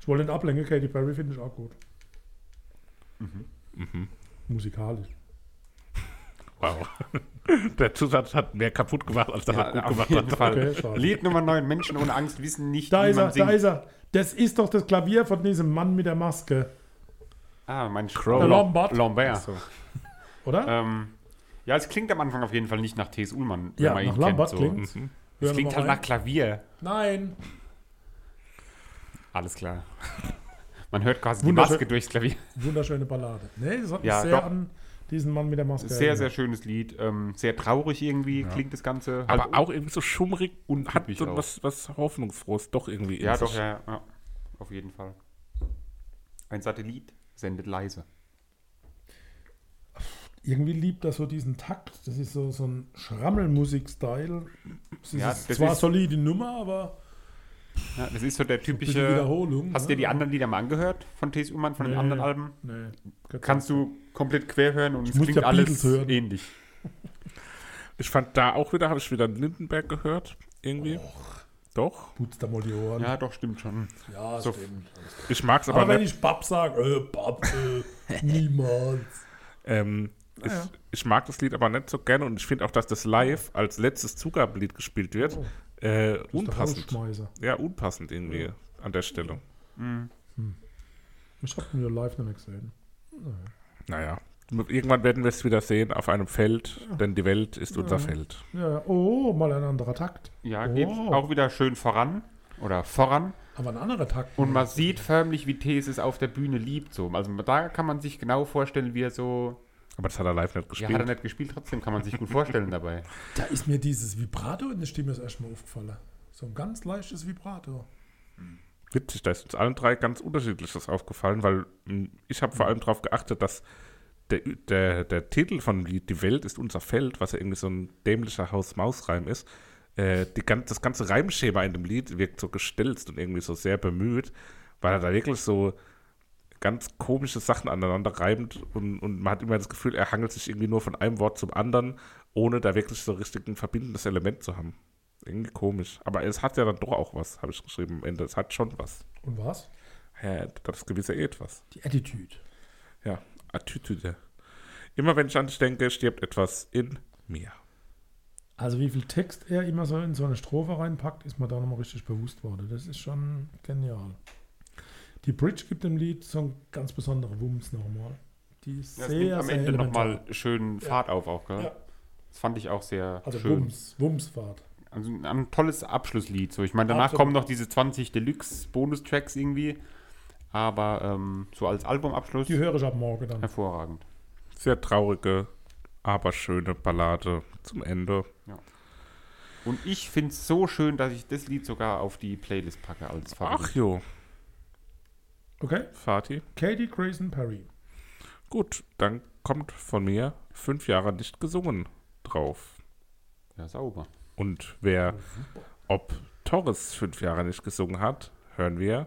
B: Ich wollte nicht ablenken, Katy Perry finde ich auch gut.
C: Mhm.
B: Musikalisch.
A: Wow. Der Zusatz hat mehr kaputt gemacht, als dass er gut
C: auf
A: gemacht
C: jeden
A: hat.
C: Fall.
B: Okay, schade.
C: Äh, Lied Nummer 9, Menschen ohne Angst wissen nicht,
B: Da
C: wie
B: ist
C: man
B: er,
C: singt.
B: da ist er. Das ist doch das Klavier von diesem Mann mit der Maske,
C: Ah, mein
A: Crow.
C: Lom-
B: Lombard.
C: Lombard.
B: oder?
C: Ähm, ja, es klingt am Anfang auf jeden Fall nicht nach T.S. Ullmann,
B: ja, nach Lambert
A: Mhm.
C: so. halt
B: klingt
C: Es klingt halt nach Klavier.
B: Nein.
C: Alles klar. Man hört quasi die
B: Wunderschön.
C: Maske durchs Klavier.
B: Wunderschöne Ballade. Nee, das hat mich
C: Ja,
B: sehr
C: doch.
B: an diesen Mann mit der Maske.
C: Sehr, sehr
B: erinnert.
C: schönes Lied. Ähm, sehr traurig irgendwie klingt das Ganze.
A: Aber
C: Halt-
A: auch irgendwie so schummrig und hat
C: typisch
A: so
C: auch.
A: was, was Hoffnungsfrohes doch irgendwie in
C: Ja,
A: sich.
C: doch, ja, ja, ja. Auf jeden Fall. Ein Satellit sendet leise.
B: Irgendwie liebt er so diesen Takt. Das ist so, so ein Schrammelmusik-Style. Es ist
C: Ja, das
B: zwar
C: ist-
B: solide Nummer, aber
C: Ja, das ist so der
B: bisschen
C: typische.
B: Wiederholung.
C: Hast du
B: ne?
C: dir die anderen Lieder mal angehört von TSU Mann, von
B: Nee.
C: den anderen Alben?
B: Nee. Gott
C: Kannst du komplett quer hören und es
B: muss
C: klingt
B: ja Beatles
C: alles
B: hören.
C: ähnlich.
A: Ich fand da auch wieder, habe ich wieder Lindenberg gehört, irgendwie. Doch.
B: Putz da mal die Ohren.
C: Ja, doch, stimmt schon.
B: Ja,
C: so-
B: stimmt.
A: Ich mag es aber,
B: Aber wenn
A: nicht.
B: ich Bab sage, äh, Bab, äh, niemals.
A: ähm,
C: Ah,
A: ich, ich mag das Lied aber nicht so gerne und ich finde auch, dass das live als letztes Zugabenlied gespielt wird.
C: Oh.
A: Äh, unpassend.
B: Rausschmeißer.
A: Ja, unpassend irgendwie an der Stelle.
B: Ich hab ihn ja live noch nicht gesehen.
A: Naja. Irgendwann werden wir es wieder sehen auf einem Feld, denn die Welt ist unser Feld.
B: Ja, ja. oh, mal ein anderer Takt.
C: Ja,
B: oh.
C: geht auch wieder schön voran. Oder voran.
B: Aber ein anderer Takt.
C: Und man sieht förmlich, wie Tees es auf der Bühne liebt. So. Also da kann man sich genau vorstellen, wie er so.
A: Aber das hat er live nicht
C: Ja,
A: gespielt.
C: hat er nicht gespielt, trotzdem kann man sich gut vorstellen dabei.
B: Da ist mir dieses Vibrato in der Stimme das erste Mal aufgefallen. So ein ganz leichtes Vibrato.
A: Witzig, da ist uns allen drei ganz unterschiedliches aufgefallen, weil mh, ich habe vor allem darauf geachtet, dass der, der, der Titel von Lied Die Welt ist unser Feld, was ja irgendwie so ein dämlicher Haus-Maus-Reim ist, äh, die, gan- das ganze Reimschema in dem Lied wirkt so gestelzt und irgendwie so sehr bemüht, weil er da wirklich so ganz komische Sachen aneinander reimt und, und man hat immer das Gefühl, er hangelt sich irgendwie nur von einem Wort zum anderen, ohne da wirklich so richtig ein verbindendes Element zu haben. Irgendwie komisch. Aber es hat ja dann doch auch was, habe ich geschrieben am Ende. Es hat schon was.
B: Und was?
A: Ja, das gewisse etwas.
B: Die Attitude.
A: Ja, Attitüde. Immer wenn ich an dich denke, stirbt etwas in mir.
B: Also wie viel Text er immer so in so eine Strophe reinpackt, ist mir da nochmal richtig bewusst worden. Das ist schon genial. Die Bridge gibt dem Lied so einen ganz besonderen Wumms nochmal. Die ist
C: Ja, es nimmt
B: sehr,
C: am
B: sehr
C: Ende
B: elementar.
C: nochmal schön Fahrt auf auch, gell?
B: Ja.
C: Das fand ich auch sehr
B: Also
C: schön.
B: Wumms, Wumsfahrt.
C: Also ein, ein tolles Abschlusslied. So, ich meine, danach
B: Absolut.
C: kommen noch diese 20 Deluxe-Bonus-Tracks irgendwie. Aber ähm, so als Albumabschluss
B: Die höre ich ab morgen dann.
C: hervorragend.
A: Sehr traurige, aber schöne Ballade zum Ende.
C: Und ich finde es so schön, dass ich das Lied sogar auf die Playlist packe als Favorit.
A: Ach jo,
B: Okay,
A: Fatih.
B: Katie Grayson Perry.
A: Gut, dann kommt von mir fünf Jahre nicht gesungen drauf.
C: Ja, sauber.
A: Und wer, ob Torres fünf Jahre nicht gesungen hat, hören wir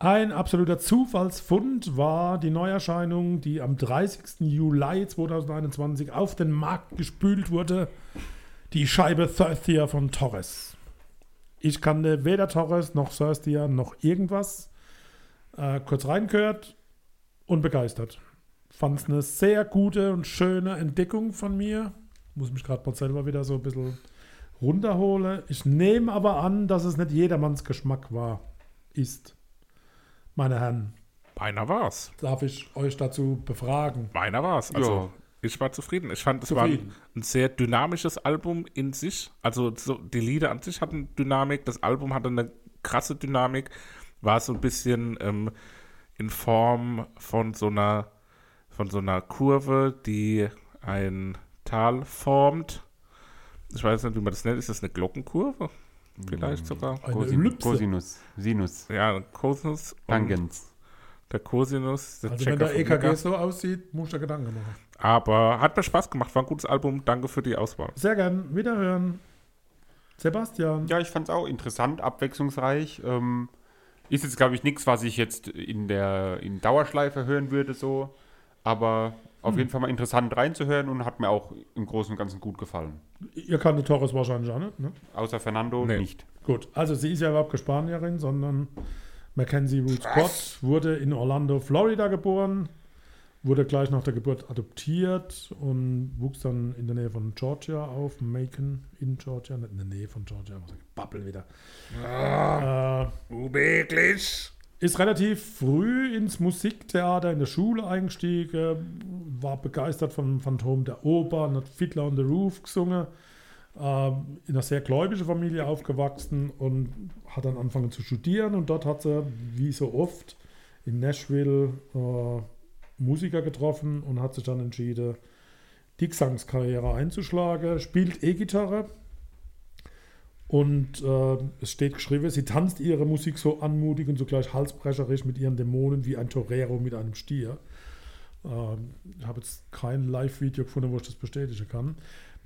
B: Ein absoluter Zufallsfund war die Neuerscheinung, die am 30. Juli 2021 auf den Markt gespült wurde. Die Scheibe Thirstier von Torres. Ich kannte weder Torres noch Thirstier noch irgendwas. Äh, kurz reingehört und begeistert. Fand es eine sehr gute und schöne Entdeckung von mir. Muss mich gerade mal selber wieder so ein bisschen runterholen. Ich nehme aber an, dass es nicht jedermanns Geschmack war. Ist. Meine Herren,
A: Meiner war's.
B: darf ich euch dazu befragen?
A: Meiner war's. Also ich war zufrieden. Ich fand, es war ein,
B: Zufrieden.
A: ein sehr dynamisches Album in sich. Also so, die Lieder an sich hatten Dynamik, das Album hatte eine krasse Dynamik, war so ein bisschen ähm, in Form von so einer von so einer Kurve, die ein Tal formt. Ich weiß nicht, wie man das nennt. Ist das eine Glockenkurve? Vielleicht
B: Mm.
A: sogar.
B: Eine
C: Cosin
B: Ellipse.
C: Cosinus. Sinus.
A: Ja, ein Cosinus. und
C: Tangens.
A: Der Cosinus. Der
B: Also wenn
A: Checker
B: der
A: vom
B: EKG
A: Giga.
B: so aussieht, muss ich da Gedanken machen.
A: Aber hat mir Spaß gemacht. War ein gutes Album. Danke für die Auswahl.
B: Sehr gern, wiederhören. Sebastian,
C: Ja, ich fand es auch interessant, abwechslungsreich. Ähm, ist jetzt, glaube ich, nichts, was ich jetzt in der in Dauerschleife hören würde, so. Aber auf
B: Hm.
C: jeden Fall mal interessant reinzuhören und hat mir auch im Großen und Ganzen gut gefallen.
B: Ihr kannte Torres wahrscheinlich auch nicht, ne?
C: Außer Fernando
A: Nee.
C: nicht.
B: Gut, also sie ist ja überhaupt keine Spanierin, sondern Mackenzie Ruth Scott wurde in Orlando, Florida geboren, wurde gleich nach der Geburt adoptiert und wuchs dann in der Nähe von Georgia auf, Macon in Georgia, nicht in der Nähe von Georgia, muss ich babbeln wieder. Äh,
A: Unmöglich.
B: ist relativ früh ins Musiktheater in der Schule eingestiegen, war begeistert von Phantom der Oper, und hat Fiddler on the Roof gesungen, äh, in einer sehr gläubigen Familie aufgewachsen und hat dann angefangen zu studieren und dort hat sie, wie so oft, in Nashville äh, Musiker getroffen und hat sich dann entschieden, die Gesangskarriere einzuschlagen, spielt E-Gitarre, und äh, es steht geschrieben, sie tanzt ihre Musik so anmutig und zugleich halsbrecherisch mit ihren Dämonen wie ein Torero mit einem Stier. Ähm, ich habe jetzt kein Live-Video gefunden, wo ich das bestätigen kann.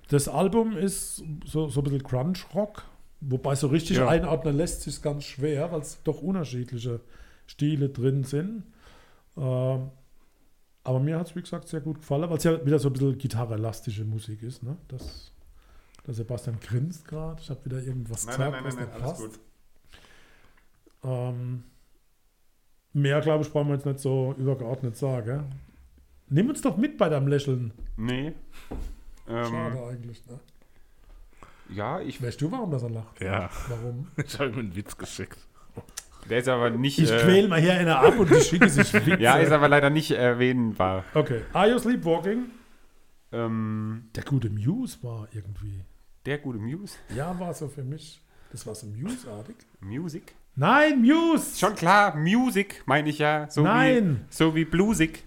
B: Das Album ist so, so ein bisschen Crunch-Rock, wobei so richtig
A: Ja.
B: einordnen lässt sich ganz schwer, weil es doch unterschiedliche Stile drin sind. Ähm, aber mir hat es, wie gesagt, sehr gut gefallen, weil es ja wieder so ein bisschen gitarrelastische Musik ist. Ne? Das, der Sebastian grinst gerade. Ich habe wieder irgendwas was nicht passt. Ähm, mehr, glaube ich, brauchen wir jetzt nicht so übergeordnet sagen. Nimm uns doch mit bei deinem Lächeln.
C: Nee.
B: Schade
C: Ähm,
B: eigentlich. Ne?
C: ja, ich
B: Weißt du, warum das er lacht?
A: Ja,
B: Warum?
A: ich habe ihm einen Witz geschickt.
C: der ist aber nicht. äh,
B: Ich quäl mal hier einer ab und ich schicke sich
C: ja, ist aber leider nicht erwähnbar.
B: Okay. Are you sleepwalking?
C: Ähm,
B: Der gute Muse war irgendwie.
C: der gute Muse.
B: Ja, war so für mich. Das war so Muse-artig.
C: Music?
B: Nein, Muse!
C: Schon klar, Music meine ich ja. So
B: Nein.
C: Wie, so wie Bluesig.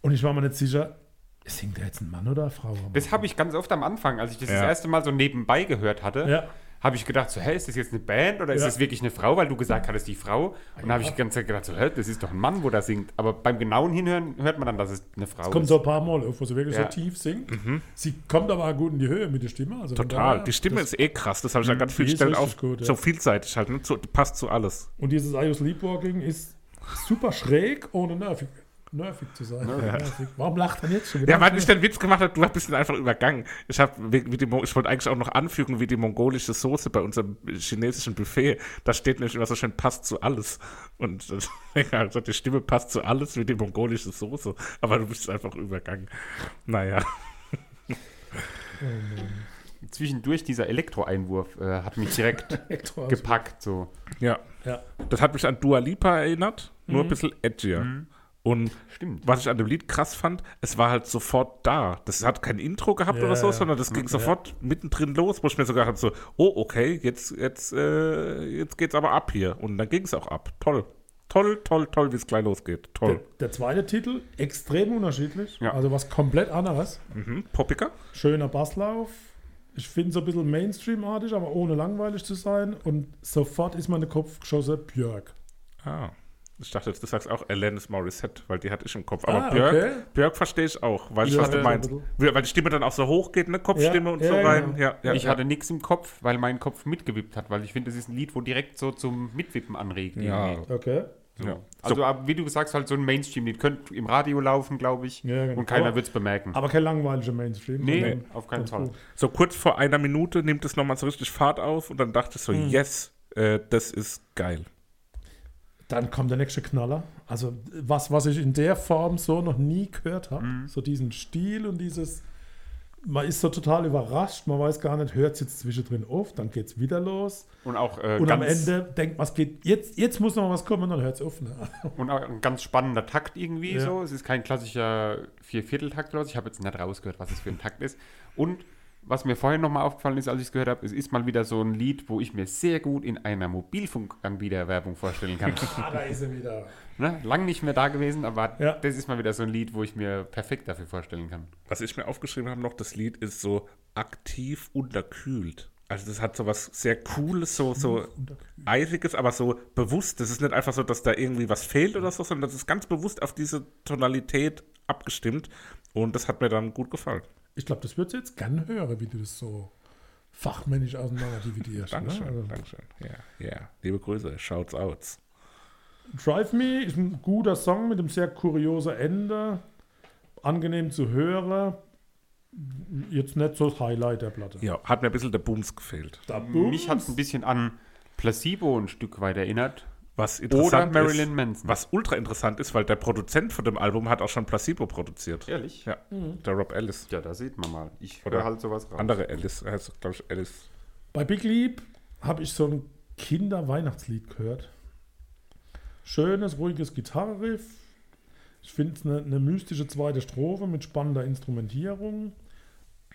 B: Und ich war mir nicht sicher, singt da jetzt ein Mann oder eine Frau? am
C: Das habe ich ganz oft am Anfang, als ich das, das
A: Ja.
C: erste Mal so nebenbei gehört hatte,
B: Ja.
C: habe ich gedacht, so, hä, ist das jetzt eine Band oder ist
B: Ja.
C: das wirklich eine Frau, weil du gesagt hattest, die Frau. Und dann habe ich die ganze Zeit gedacht, so, hä, das ist doch ein Mann, wo da singt. Aber beim genauen Hinhören hört man dann, dass es eine Frau
B: Es kommt
C: ist.
B: so ein paar Mal auf, wo sie wirklich
C: Ja. Mhm.
B: so tief singt. Sie kommt aber gut in die Höhe mit der Stimme. Also von
A: Total.
B: daher-
A: Die Stimme ist eh krass. Das habe ich an ganz
B: die
A: vielen
B: ist
A: Stellen
B: richtig
A: auf.
B: gut, ja.
A: So vielseitig halt. Ne? Zu, passt zu alles.
B: Und dieses I Use Sleepwalking ist super schräg, ohne nervig, nervig zu sein. Nervig. Warum lacht er jetzt schon wieder?
A: Ja, weil ich den Witz gemacht habe, du bist ihn einfach übergangen. Ich, hab, wie wie die, Mo- ich wollte eigentlich auch noch anfügen, wie die mongolische Soße bei unserem chinesischen Buffet. Da steht nämlich immer so schön, passt zu alles. Und äh, also die Stimme passt zu alles wie die mongolische Soße. Aber du bist es einfach übergangen. Naja.
C: Zwischendurch dieser Elektroeinwurf äh, hat mich direkt
B: Elektro aus-
C: gepackt. So.
A: Ja.
B: Ja.
A: Das hat mich an Dua Lipa erinnert, nur
B: Mhm.
A: ein bisschen edgier. Und
C: Stimmt.
A: was ich an dem Lied krass fand, es war halt sofort da. Das hat kein Intro gehabt
B: Ja,
A: oder so,
B: ja.
A: sondern das ging sofort mittendrin los, wo ich mir sogar habe so, oh, okay, jetzt, jetzt, äh, jetzt geht's aber ab hier. Und dann ging es auch ab. Toll. Toll, toll, toll, wie es gleich losgeht.
B: Der,
A: Toll.
B: der zweite Titel, extrem unterschiedlich.
C: Oh. Ja.
B: Also was komplett anderes.
A: Mhm. Poppiger.
B: Schöner Basslauf. Ich finde so ein bisschen Mainstream-artig, aber ohne langweilig zu sein. Und sofort ist mein Kopf geschossen, Björk.
A: Ah. Ich dachte, jetzt, du sagst auch Alanis Morissette, weil die hatte ich im Kopf. Aber
B: Ah,
A: Björk,
B: okay.
A: Björk verstehe ich auch, weil ich
B: Ja,
A: was du
B: ja.
A: meinst. Weil die Stimme dann auch so hoch geht, ne? Kopfstimme
B: Ja,
A: und
B: ja,
A: so rein.
B: genau.
A: Ja, ja,
C: ich
A: ja.
C: hatte nichts im Kopf, weil mein Kopf mitgewippt hat, weil ich finde, das ist ein Lied, wo direkt so zum Mitwippen anregt.
A: Ja.
C: irgendwie.
B: Okay.
C: So.
A: Ja.
C: Also, ab- wie du sagst, halt so ein Mainstream-Lied. Könnte im Radio laufen, glaube ich.
B: Ja, genau.
C: Und keiner
B: Aber-
C: wird es bemerken.
B: Aber kein langweiliger Mainstream.
C: nee,
B: sondern
C: auf keinen
B: ganz
C: Fall.
B: gut.
A: So kurz vor einer Minute nimmt es nochmal so richtig Fahrt auf und dann dachte ich so, yes, äh, das ist geil.
B: Dann kommt der nächste Knaller. Also was, was ich in der Form so noch nie gehört habe. So diesen Stil und dieses, man ist so total überrascht, man weiß gar nicht, hört es jetzt zwischendrin auf, dann geht es wieder los.
C: Und auch äh,
B: Und am
C: ganz,
B: Ende denkt man, es geht, jetzt, jetzt muss noch was kommen und dann hört es auf. Ne?
C: und auch ein ganz spannender Takt irgendwie
B: Ja.
C: so. Es ist kein klassischer Viervierteltakt oder so. Ich habe jetzt nicht rausgehört, was es für ein Takt ist. Und was mir vorhin nochmal aufgefallen ist, als ich es gehört habe, es ist mal wieder so ein Lied, wo ich mir sehr gut in einer Mobilfunkanbieterwerbung vorstellen kann.
B: Ah, da ist er wieder.
C: ne? Lang nicht mehr da gewesen, aber
B: Ja.
C: das ist mal wieder so ein Lied, wo ich mir perfekt dafür vorstellen kann.
A: Was ich mir aufgeschrieben habe noch, das Lied ist so aktiv unterkühlt. Also das hat so was sehr Cooles, so, so Eisiges, aber so bewusst. Das ist nicht einfach so, dass da irgendwie was fehlt oder so, sondern das ist ganz bewusst auf diese Tonalität abgestimmt. Und das hat mir dann gut gefallen.
B: Ich glaube, das wird jetzt gern hören, wie du das so fachmännisch auseinander dividierst. ne?
A: Dankeschön,
B: Also,
A: Dankeschön. Ja, ja. Liebe Grüße, shouts outs.
B: Drive Me ist ein guter Song mit einem sehr kuriosen Ende. angenehm zu hören. Jetzt nicht so das Highlight der Platte.
A: Ja, hat mir ein bisschen der Booms gefehlt.
B: Da
C: Mich hat es ein bisschen an Placebo ein Stück weit erinnert.
A: Was
C: Oder
A: interessant
C: Marilyn
A: ist,
C: Manson.
A: was ultra interessant ist, weil der Produzent von dem Album hat auch schon Placebo produziert.
C: Ehrlich? Ja.
A: Ja, der Rob Ellis.
C: ja, da sieht man mal. Ich
A: Oder
C: höre halt sowas raus.
A: Andere Ellis, er heißt, glaube ich, Ellis.
B: Bei Big Leap habe ich so ein Kinderweihnachtslied gehört. Schönes, ruhiges Gitarrenriff. Ich finde es eine, eine mystische zweite Strophe mit spannender Instrumentierung.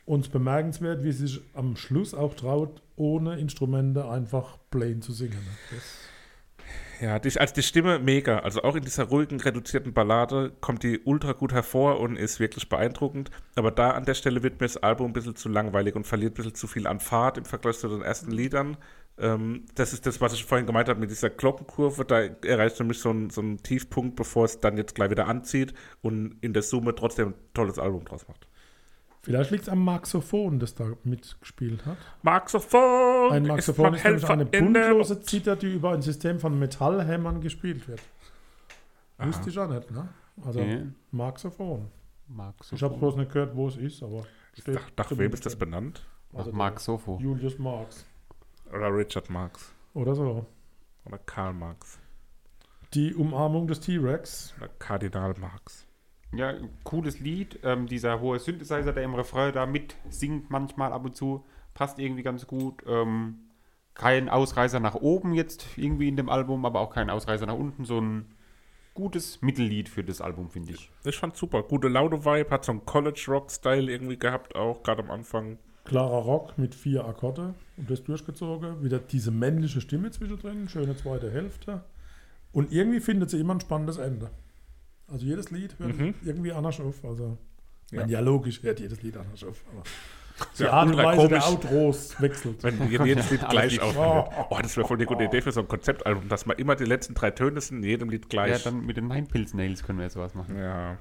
B: Und bemerkenswert, wie sie sich am Schluss auch traut, ohne Instrumente einfach plain zu singen.
A: Ja, die, also die Stimme mega. Also auch in dieser ruhigen, reduzierten Ballade kommt die ultra gut hervor und ist wirklich beeindruckend. Aber da an der Stelle wird mir das Album ein bisschen zu langweilig und verliert ein bisschen zu viel an Fahrt im Vergleich zu den ersten Liedern. Ähm, das ist das, was ich vorhin gemeint habe mit dieser Glockenkurve. Da erreicht nämlich so einen, so einen Tiefpunkt, bevor es dann jetzt gleich wieder anzieht und in der Summe trotzdem ein tolles Album draus macht.
B: Vielleicht liegt es am Maxophon, das da mitgespielt hat.
A: Maxophon!
B: Ein Maxophon ist, nämlich eine
A: in der-
B: buntlose Zither, die über ein System von Metallhämmern gespielt wird. Wusste ich auch nicht, ne? Also
C: Nee.
B: Maxophon.
C: Mark
B: Ich habe
C: Sofo.
B: bloß nicht gehört, wo es ist, aber steht.
A: Nach, nach wem ist das benannt?
C: Nach
B: Also
C: Mark Sofo.
B: Julius Marx
A: Oder Richard Marx?
B: oder so.
A: Oder Karl Marx?
B: Die Umarmung des T-Rex.
A: Oder Kardinal Marx?
C: Ja, cooles Lied. Ähm, dieser hohe Synthesizer, der im Refrain da mit singt manchmal ab und zu, passt irgendwie ganz gut. Ähm, kein Ausreißer nach oben jetzt irgendwie in dem Album, aber auch kein Ausreißer nach unten. So ein gutes Mittellied für das Album, finde ich.
A: Ich fand's super. Gute Laune-Vibe, hat so einen College-Rock-Style irgendwie gehabt, auch gerade am Anfang.
B: Klarer Rock mit vier Akkorde und das durchgezogen. Wieder diese männliche Stimme zwischendrin, schöne zweite Hälfte. Und irgendwie findet sie immer ein spannendes Ende. Also jedes Lied hört irgendwie anders auf. Also, ja. Man, ja, logisch hört jedes Lied anders auf. Aber die Art und
A: ultra
B: Weise der
A: komisch.
B: Outros wechselt.
A: Wenn wir jedes Lied gleich
C: Alles
A: aufnehmen. Oh, das wäre voll eine gute Idee für so ein Konzeptalbum, dass man immer die letzten drei Töne sind in jedem Lied
C: Ja,
A: gleich.
C: dann mit den Mindpilz-Nails können wir jetzt sowas machen.
A: Ja,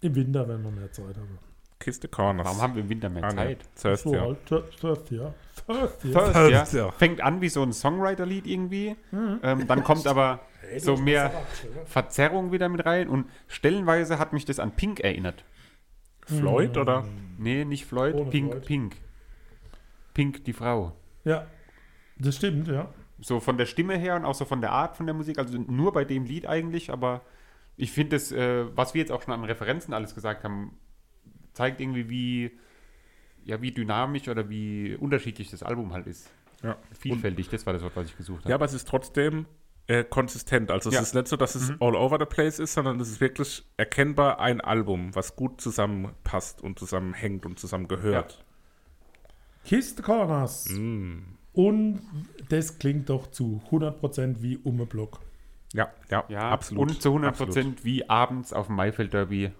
B: Im Winter, wenn man mehr Zeit hat.
A: Kiss the Corners.
C: Warum haben wir im Winter mehr
A: Ah, nee.
C: Zeit?
A: Thirst,
B: So
A: ja.
B: halt. Thir- Thirsty, ja. Thirsty.
C: First, ja.
A: First, ja. Mhm.
C: Fängt an wie so ein Songwriter-Lied irgendwie. Ähm, dann kommt aber so mehr Verzerrung wieder mit rein. Und stellenweise hat mich das an Pink erinnert. Mhm.
A: Floyd, oder?
C: Nee, nicht Floyd,
B: Ohne
C: Pink,
B: Floyd.
C: Pink. Pink, die Frau.
B: Ja, das stimmt, ja.
C: So von der Stimme her und auch so von der Art von der Musik, also nur bei dem Lied eigentlich, aber ich finde das, äh, was wir jetzt auch schon an Referenzen alles gesagt haben, zeigt irgendwie, wie, ja, wie dynamisch oder wie unterschiedlich das Album halt ist.
A: Ja.
C: Vielfältig, das war das Wort, was ich gesucht habe.
A: Ja, aber es ist trotzdem äh, konsistent. Also es
C: Ja. Mhm.
A: ist nicht so, dass es all over the place ist, sondern es ist wirklich erkennbar ein Album, was gut zusammenpasst und zusammenhängt und zusammengehört.
B: Kiss the Corners. Und das klingt doch zu 100% wie Umme Block.
A: Ja, ja,
C: Ja,
A: absolut.
C: Und zu 100
A: absolut.
C: Prozent wie abends auf dem Maifeld Derby.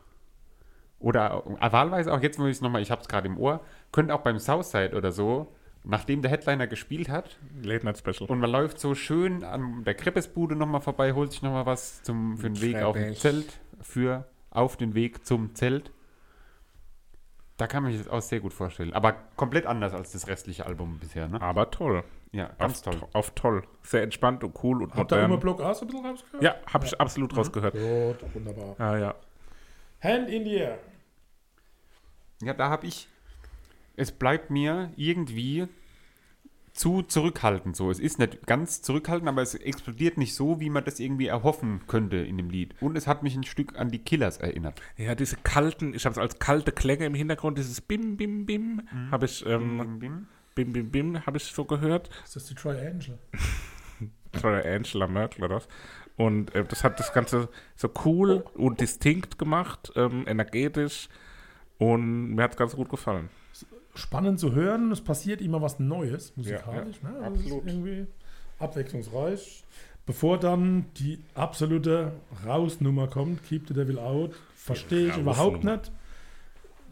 C: Oder äh, wahlweise auch jetzt, muss ich es nochmal, ich habe es gerade im Ohr, könnte auch beim Southside oder so, nachdem der Headliner gespielt hat
A: Late Night Special.
C: und man läuft so schön an der Kreppesbude nochmal vorbei, holt sich nochmal was zum, für den Weg auf dem
A: Kreppes.
C: Zelt, für auf den Weg zum Zelt. Da kann man sich das auch sehr gut vorstellen. Aber komplett anders als das restliche Album bisher, ne?
A: aber toll.
C: Ja,
A: Auf,
C: ganz toll.
A: to- auf toll. Sehr entspannt und cool und
B: Habt ihr Umme
A: modern.
B: Block auch so ein bisschen rausgehört?
A: Ja, habe ich absolut rausgehört.
B: Gut, wunderbar.
A: Ah, ja.
B: Hand in the air.
C: Ja, da habe ich. Es bleibt mir irgendwie zu zurückhaltend so. Es ist nicht ganz zurückhaltend, aber es explodiert nicht so, wie man das irgendwie erhoffen könnte in dem Lied. Und es hat mich ein Stück an die Killers erinnert.
A: ja, diese kalten, ich habe es als kalte Klänge im Hintergrund, dieses Bim, Bim, Bim,
C: Mhm.
A: habe ich, ähm, Bim, Bim, Bim, habe ich so gehört.
B: Ist das die Triangle?
A: Das war der Angela Merkel oder was. Und äh, das hat das Ganze so cool und distinkt gemacht, ähm, energetisch und mir hat es ganz gut gefallen.
B: Spannend zu hören. Es passiert immer was Neues musikalisch.
A: ja,
B: ne? Also es
A: absolut.
B: Ist irgendwie abwechslungsreich. Bevor dann die absolute Rausnummer kommt, Keep the Devil Out, verstehe ich überhaupt
A: Rausnummer.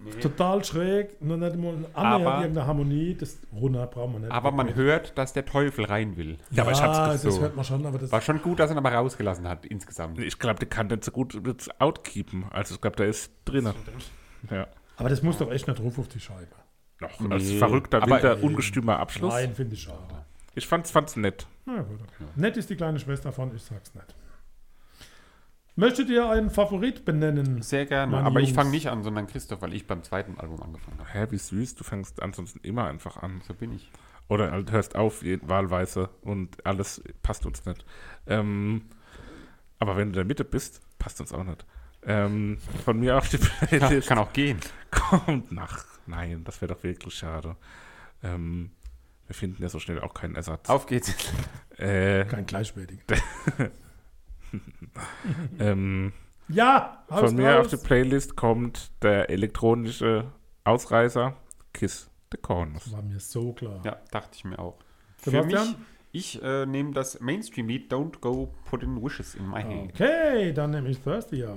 B: nicht. Total schräg, nur nicht mal eine
C: Aber-
B: annähernd irgendeine Harmonie, das runter braucht man nicht.
C: Aber man hört, dass der Teufel rein will.
A: Ja, aber ich hab's
B: das
A: gesucht.
B: hört man schon, aber das
C: War schon gut, dass er ihn aber rausgelassen hat insgesamt.
A: Ich glaube, die kann den so gut jetzt outkeepen. Also ich glaube, der ist drinnen. Ja.
B: Aber das muss doch echt nicht ruf auf die Scheibe.
A: Noch als verrückter, wilder, ungestümer Abschluss.
B: Nein, finde ich schade.
A: Ich fand's, fand's nett.
B: Na gut, okay. Nett ist die kleine Schwester von, ich sag's nicht. Möchtet ihr einen Favorit benennen?
C: Sehr gerne.
B: Meine
C: aber ich
B: Jungs.
C: fange nicht an, sondern Christoph, weil ich beim zweiten Album angefangen habe.
A: Hä, wie süß, du fängst ansonsten immer einfach an.
C: So bin ich.
A: Oder halt hörst auf, je- wahlweise, und alles passt uns nicht. Ähm, aber wenn du in der Mitte bist, passt uns auch nicht. Ähm, von mir auf die Playlist
C: Kann auch gehen.
A: kommt nach. Nein, das wäre doch wirklich schade. Ähm, wir finden ja so schnell auch keinen Ersatz.
C: Auf geht's.
A: Äh,
B: Kein gleichwertiger.
A: ähm,
B: Ja, hau's
A: von mir auf
B: raus.
A: die Playlist kommt der elektronische Ausreißer Kiss the Corners.
B: War mir so klar.
C: Ja, dachte ich mir auch.
B: Sebastian?
C: Für mich, ich äh, nehme das Mainstream-Lied Don't Go Putting Wishes in My Hand.
B: Ah, Okay, dann nehme ich Thirsty ja.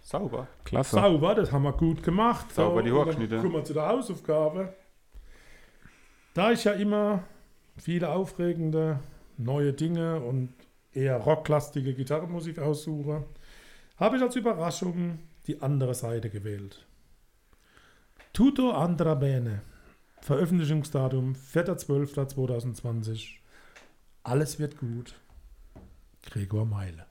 C: Sauber.
A: Klasse.
B: Sauber, das haben wir gut gemacht.
C: Sauber die
B: und dann
C: Hochschnitte.
B: Kommen wir zu der Hausaufgabe. Da ich ja immer viele aufregende neue Dinge und eher rocklastige Gitarrenmusik aussuche, habe ich als Überraschung die andere Seite gewählt. Tutto Andra Bene. Veröffentlichungsdatum 4.12.2020. Alles wird gut. Gregor Meile.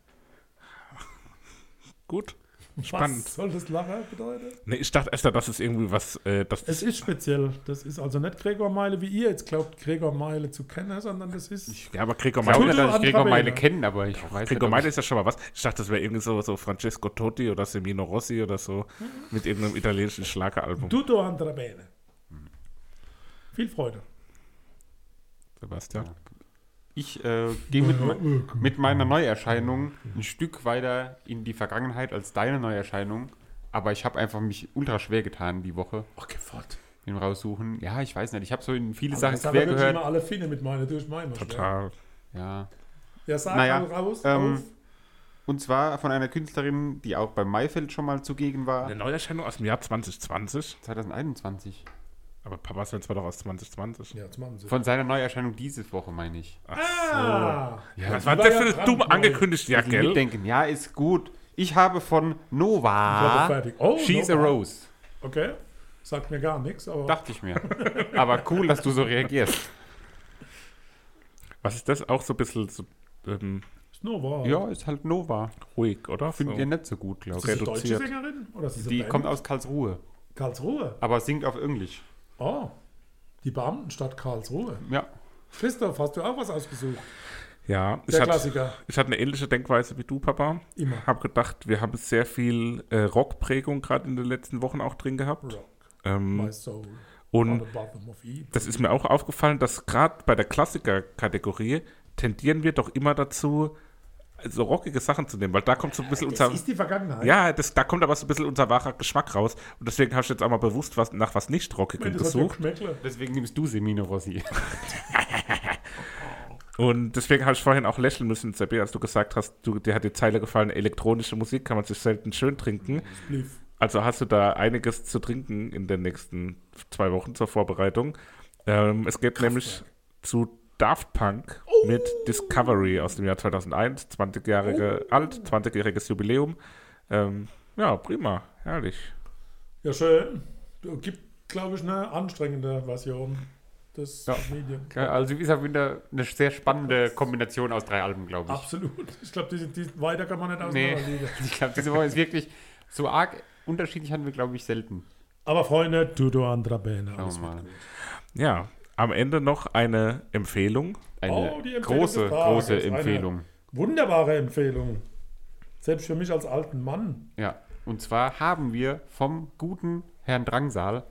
A: Gut. Spannend.
B: Was soll das Lachen bedeuten?
A: Nee, ich dachte erst, dass es irgendwie was, äh, dass
B: Es ist speziell. Das ist also nicht Gregor Meile, wie ihr jetzt glaubt, Gregor Meile zu kennen, sondern das ist.
A: Ja, aber Gregor
C: Ich glaube
A: Meile,
B: Tut-
C: nicht, dass ich Gregor
B: Antrabella.
C: Meile kenne, aber ich weiß
A: Gregor
C: nicht, ob
A: Meile ist ja schon mal was. Ich dachte, das wäre irgendwie so, so Francesco Totti oder Semino Rossi oder so mit irgendeinem italienischen Schlageralbum.
B: Tutto andra bene. Viel Freude.
A: Sebastian.
C: Ich äh, gehe mit, me- mit meiner Neuerscheinung ein Stück weiter in die Vergangenheit als deine Neuerscheinung. Aber ich habe einfach mich ultra schwer getan die Woche
B: Okay, fort.
C: im Raussuchen. Ja, ich weiß nicht. Ich habe so in viele Sachen
B: Das haben
C: quer
B: wir wirklich
C: gehört.
B: immer alle Finne mit meine durch meine.
A: Total.
C: Ja.
B: Ja, sag
C: Naja,
B: mal raus.
C: ähm,
B: auf.
C: Und zwar von einer Künstlerin, die auch bei Maifeld schon mal zugegen war.
A: Eine Neuerscheinung aus dem Jahr 2020.
C: 2021.
A: Aber Papa Smith war doch aus 2020.
B: Ja, jetzt machen sie.
C: Von seiner Neuerscheinung diese Woche, meine ich.
B: ah,
A: Was war
B: war
A: das
B: ja
A: für eine
B: dran,
A: dumme
B: Leute.
A: angekündigte ja,
C: Die
A: gell?
C: mitdenken, ja, ist gut. Ich habe von
B: ich
C: Nova
B: fertig. Oh,
C: She's a
B: Nova.
C: Rose.
B: okay. Sagt mir gar nichts, aber
C: Dachte ich mir. Aber cool, dass du so reagierst.
A: Was ist das? Auch so ein bisschen so, ähm,
B: ist nur wahr.
C: Ja, ist halt Nova.
A: ruhig, oder?
C: Findet
A: so.
C: ihr nicht so gut, glaube
B: Ist das
C: ich.
B: eine deutsche
A: reduziert.
B: Sängerin? Oder ist das eine
C: Die
B: Band?
C: kommt aus Karlsruhe,
B: Karlsruhe.
C: aber singt auf Englisch.
B: Oh, die Beamtenstadt Karlsruhe.
C: Ja.
B: Christoph, hast du auch was ausgesucht?
A: Ja, ich
B: Der
A: hatte,
B: Klassiker.
A: ich hatte eine ähnliche Denkweise wie du, Papa.
B: Immer.
A: Hab gedacht, wir haben sehr viel äh, Rockprägung gerade in den letzten Wochen auch drin gehabt.
B: Rock,
A: Ähm,
B: my soul, on
A: und
B: the bottom of Eve.
A: das ist mir auch aufgefallen, dass gerade bei der Klassiker-Kategorie tendieren wir doch immer dazu, so rockige Sachen zu nehmen, weil da kommt so ein bisschen unser.
B: Das ist die Vergangenheit.
A: Ja, das, da kommt aber so ein bisschen unser wahrer Geschmack raus. Und deswegen habe ich jetzt auch mal bewusst was, nach was nicht Rockigem
B: Wenn das
A: gesucht.
B: hat Geschmäckle.
C: Deswegen nimmst du Semino Rossi.
A: Und deswegen habe ich vorhin auch lächeln müssen, Seppi, als du gesagt hast, du, dir hat die Zeile gefallen, elektronische Musik kann man sich selten schön
B: Mhm.
A: trinken.
B: Lief.
A: Also hast du da einiges zu trinken in den nächsten zwei Wochen zur Vorbereitung. Ähm, es geht nämlich zu Daft Punk mit Discovery aus dem Jahr 2001, 20-jährige alt, 20-jähriges Jubiläum. Ähm, ja, prima, herrlich.
B: Ja, schön. Du, Gibt, glaube ich, eine anstrengende Version des
C: Ja.
B: Medium.
C: Also ist ja wieder eine sehr spannende Kombination aus drei Alben, glaube ich.
B: Absolut. Ich glaube, die, die, weiter kann man nicht
C: Nee,
B: auseinanderliegen.
C: ich glaube, diese Woche ist wirklich so arg unterschiedlich, haben wir, glaube ich, selten.
B: Aber Freunde, Tudo Andra Bene.
C: Schauen
B: alles
C: wir mal.
A: Ja, am Ende noch eine Empfehlung.
C: Eine
B: Oh, die Empfehlung
C: große,
B: des Tages,
C: große
B: eine-
C: Empfehlung.
B: Wunderbare Empfehlung. Selbst für mich als alten Mann.
C: Ja. Und zwar haben wir vom guten Herrn Drangsal,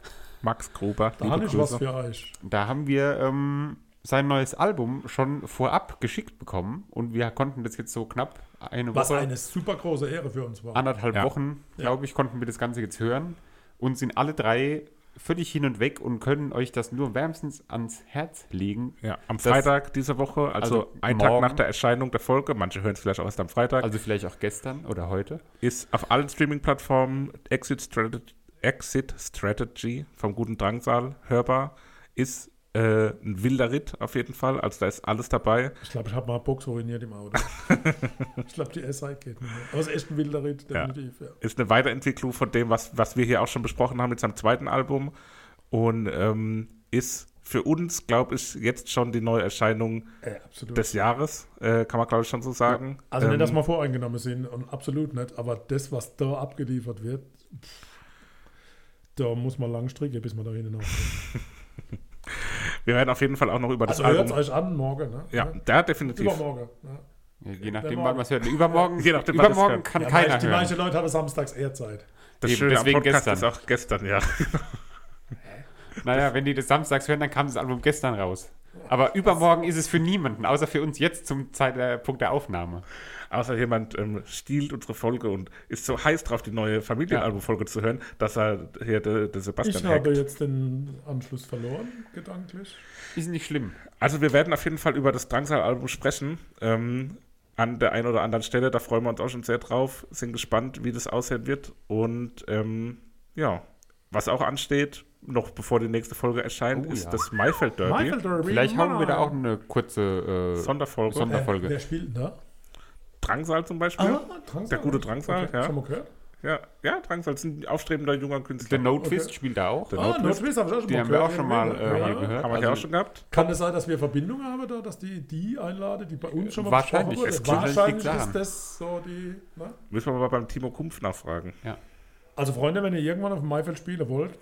A: Max Gruber,
B: Da habe ich was für euch.
C: da haben wir ähm, sein neues Album schon vorab geschickt bekommen und wir konnten das jetzt so knapp eine
B: Was
C: Woche
B: eine super große Ehre für uns war.
C: anderthalb
A: Ja.
C: Wochen, glaube ich, konnten wir das Ganze jetzt hören und sind alle drei völlig hin und weg und können euch das nur wärmstens ans Herz legen.
A: Ja, am
C: Das-
A: Freitag dieser Woche, also,
C: also
A: ein Tag
C: morgen.
A: nach der Erscheinung der Folge, manche hören es vielleicht auch erst am Freitag,
C: Also vielleicht auch gestern oder heute.
A: ist auf allen Streaming-Plattformen Exit Strategy, Exit Strategy vom guten Drangsal hörbar. Ist äh, ein wilder Ritt auf jeden Fall, also da ist alles dabei.
B: Ich glaube, ich habe mal eine Box ruiniert im Auto. ich glaube, die SI geht nicht mehr. Aber es ist echt ein wilder Ritt, definitiv. Ja.
A: Ist eine Weiterentwicklung von dem, was, was wir hier auch schon besprochen haben mit seinem zweiten Album und ähm, ist für uns, glaube ich, jetzt schon die Neuerscheinung
B: Äh, absolut.
A: des Jahres, äh, kann man, glaube ich, schon so sagen.
B: also
A: Ähm,
B: nicht, dass wir voreingenommen sind und absolut nicht, aber das, was da abgeliefert wird, pff, da muss man lang stricken, bis man da hinten aufkommt.
A: wir werden auf jeden Fall auch noch über das
B: Also hört
A: Album.
B: euch an, morgen, ne?
A: Ja, da definitiv.
B: Übermorgen. Ne?
C: Ja, je nachdem,
B: Übermorgen.
C: wann man es hört. Übermorgen,
A: Je nachdem, wann
C: übermorgen
A: das
C: kann
B: Ja,
C: keiner
B: meist- die
C: hören.
B: meisten Leute haben samstags Ehrzeit.
A: Das
C: Eben,
A: Schöne am
C: deswegen
A: Podcast
C: gestern.
A: ist auch gestern, ja.
C: Naja, wenn die das samstags hören, dann kam das Album gestern raus. Aber übermorgen ist es für niemanden, außer für uns jetzt zum Zeitpunkt der Aufnahme.
A: Außer jemand ähm, stiehlt unsere Folge und ist so heiß drauf, die neue Familienalbum-Folge zu hören, dass er hier der der
B: Ich
A: Sebastian
B: habe
A: hackt.
B: jetzt den Anschluss verloren, gedanklich.
C: Ist nicht schlimm.
A: Also wir werden auf jeden Fall über das Drangsal-Album sprechen. Ähm, an der einen oder anderen Stelle, da freuen wir uns auch schon sehr drauf. Sind gespannt, wie das aussehen wird. Und ähm, ja, was auch ansteht, noch bevor die nächste Folge erscheint,
C: Oh
A: ist
C: ja.
A: das Maifeld Derby.
B: Michael Derby,
C: Vielleicht hauen wir da
B: Mann.
C: auch eine kurze äh,
A: Sonderfolge.
C: Sonder-
B: Äh,
C: Folge.
B: Wer spielt denn da?
A: Drangsal zum
B: Ah.
A: Beispiel.
B: Drangsal.
A: Der gute Drangsal,
B: okay.
A: ja.
B: Schon mal gehört?
A: Ja, ja, Drangsal ist ein aufstrebender junger
C: The
A: Künstler.
C: No
B: Okay.
C: Twist spielt da auch.
A: Der
B: Ah,
A: Notwist.
B: No Twist habe ich auch schon
C: Die
B: mal
C: haben wir
B: gehört.
C: auch schon mal,
B: Ja.
C: äh, mal gehört.
A: Haben wir ja auch schon gehabt.
B: Kann es sein, dass wir Verbindungen haben, da, dass die die einladen, die bei uns schon mal besprochen
C: Wahrscheinlich.
B: wurde?
C: Es klingelt
B: Wahrscheinlich
C: die Klagen.
B: ist das so die... Ne?
A: Müssen wir mal beim Timo Kumpf nachfragen.
B: Also Freunde, wenn ihr irgendwann auf dem Maifeld spielen wollt,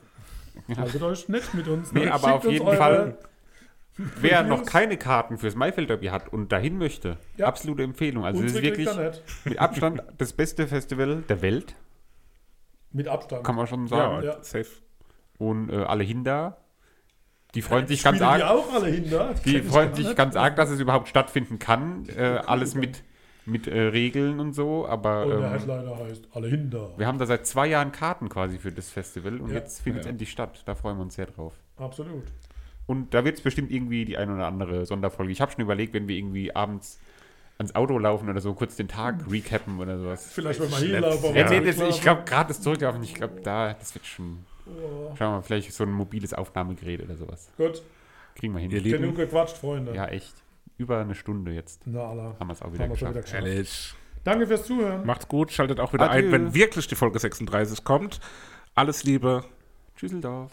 B: haltet euch nett mit uns.
C: Nee,
B: ne?
C: aber
B: Schickt
C: auf
B: uns
C: jeden
B: eure-
C: Fall, Also, wer
B: Reviews.
C: noch keine Karten fürs Maifeld Derby hat und dahin möchte,
B: Ja.
C: absolute Empfehlung. Also es
B: unsere
C: ist
B: kriegt
C: wirklich
B: ihr nicht.
C: mit Abstand das beste Festival der Welt,
B: Mit Abstand.
C: kann man schon sagen.
B: Ja.
A: safe.
C: Und äh, alle hin da, die freuen sich
B: Spielen
C: ganz
B: die
C: arg.
B: auch alle hin, ne?
C: Die
B: Kenn ich
C: freuen
B: gar
C: sich
B: nicht.
C: ganz arg, dass es überhaupt stattfinden kann. Äh, alles mit, mit äh, Regeln und so,
B: Und der
C: aber ähm,
B: Headliner heißt alle hin da.
C: wir haben da seit zwei Jahren Karten quasi für das Festival und
B: Ja.
C: jetzt findet es
A: Ja.
C: endlich statt. Da freuen wir uns sehr drauf.
B: Absolut.
C: Und da wird es bestimmt irgendwie die ein oder andere Sonderfolge. Ich habe schon überlegt, wenn wir irgendwie abends ans Auto laufen oder so, kurz den Tag recappen oder sowas.
B: Vielleicht wollen wir hier laufen.
C: Ja,
B: wollen wir
C: nee,
B: nicht
C: das, ich
B: laufen.
C: glaube, gerade das Zurücklaufen, ich glaube, da, das wird schon. Schauen wir mal, vielleicht so ein mobiles Aufnahmegerät oder sowas.
B: Gut,
C: Kriegen wir hin.
A: Ihr
B: genug gequatscht, Freunde.
C: Ja, echt. Über eine Stunde jetzt.
B: Na, Allah.
C: Haben wir es auch wieder
B: Haben wir schon
C: geschafft.
B: wieder geschafft. Danke fürs Zuhören.
A: Macht's gut, schaltet auch wieder
C: Adieu.
A: ein, wenn wirklich die Folge 36 kommt. Alles Liebe.
C: Tschüsseldorf.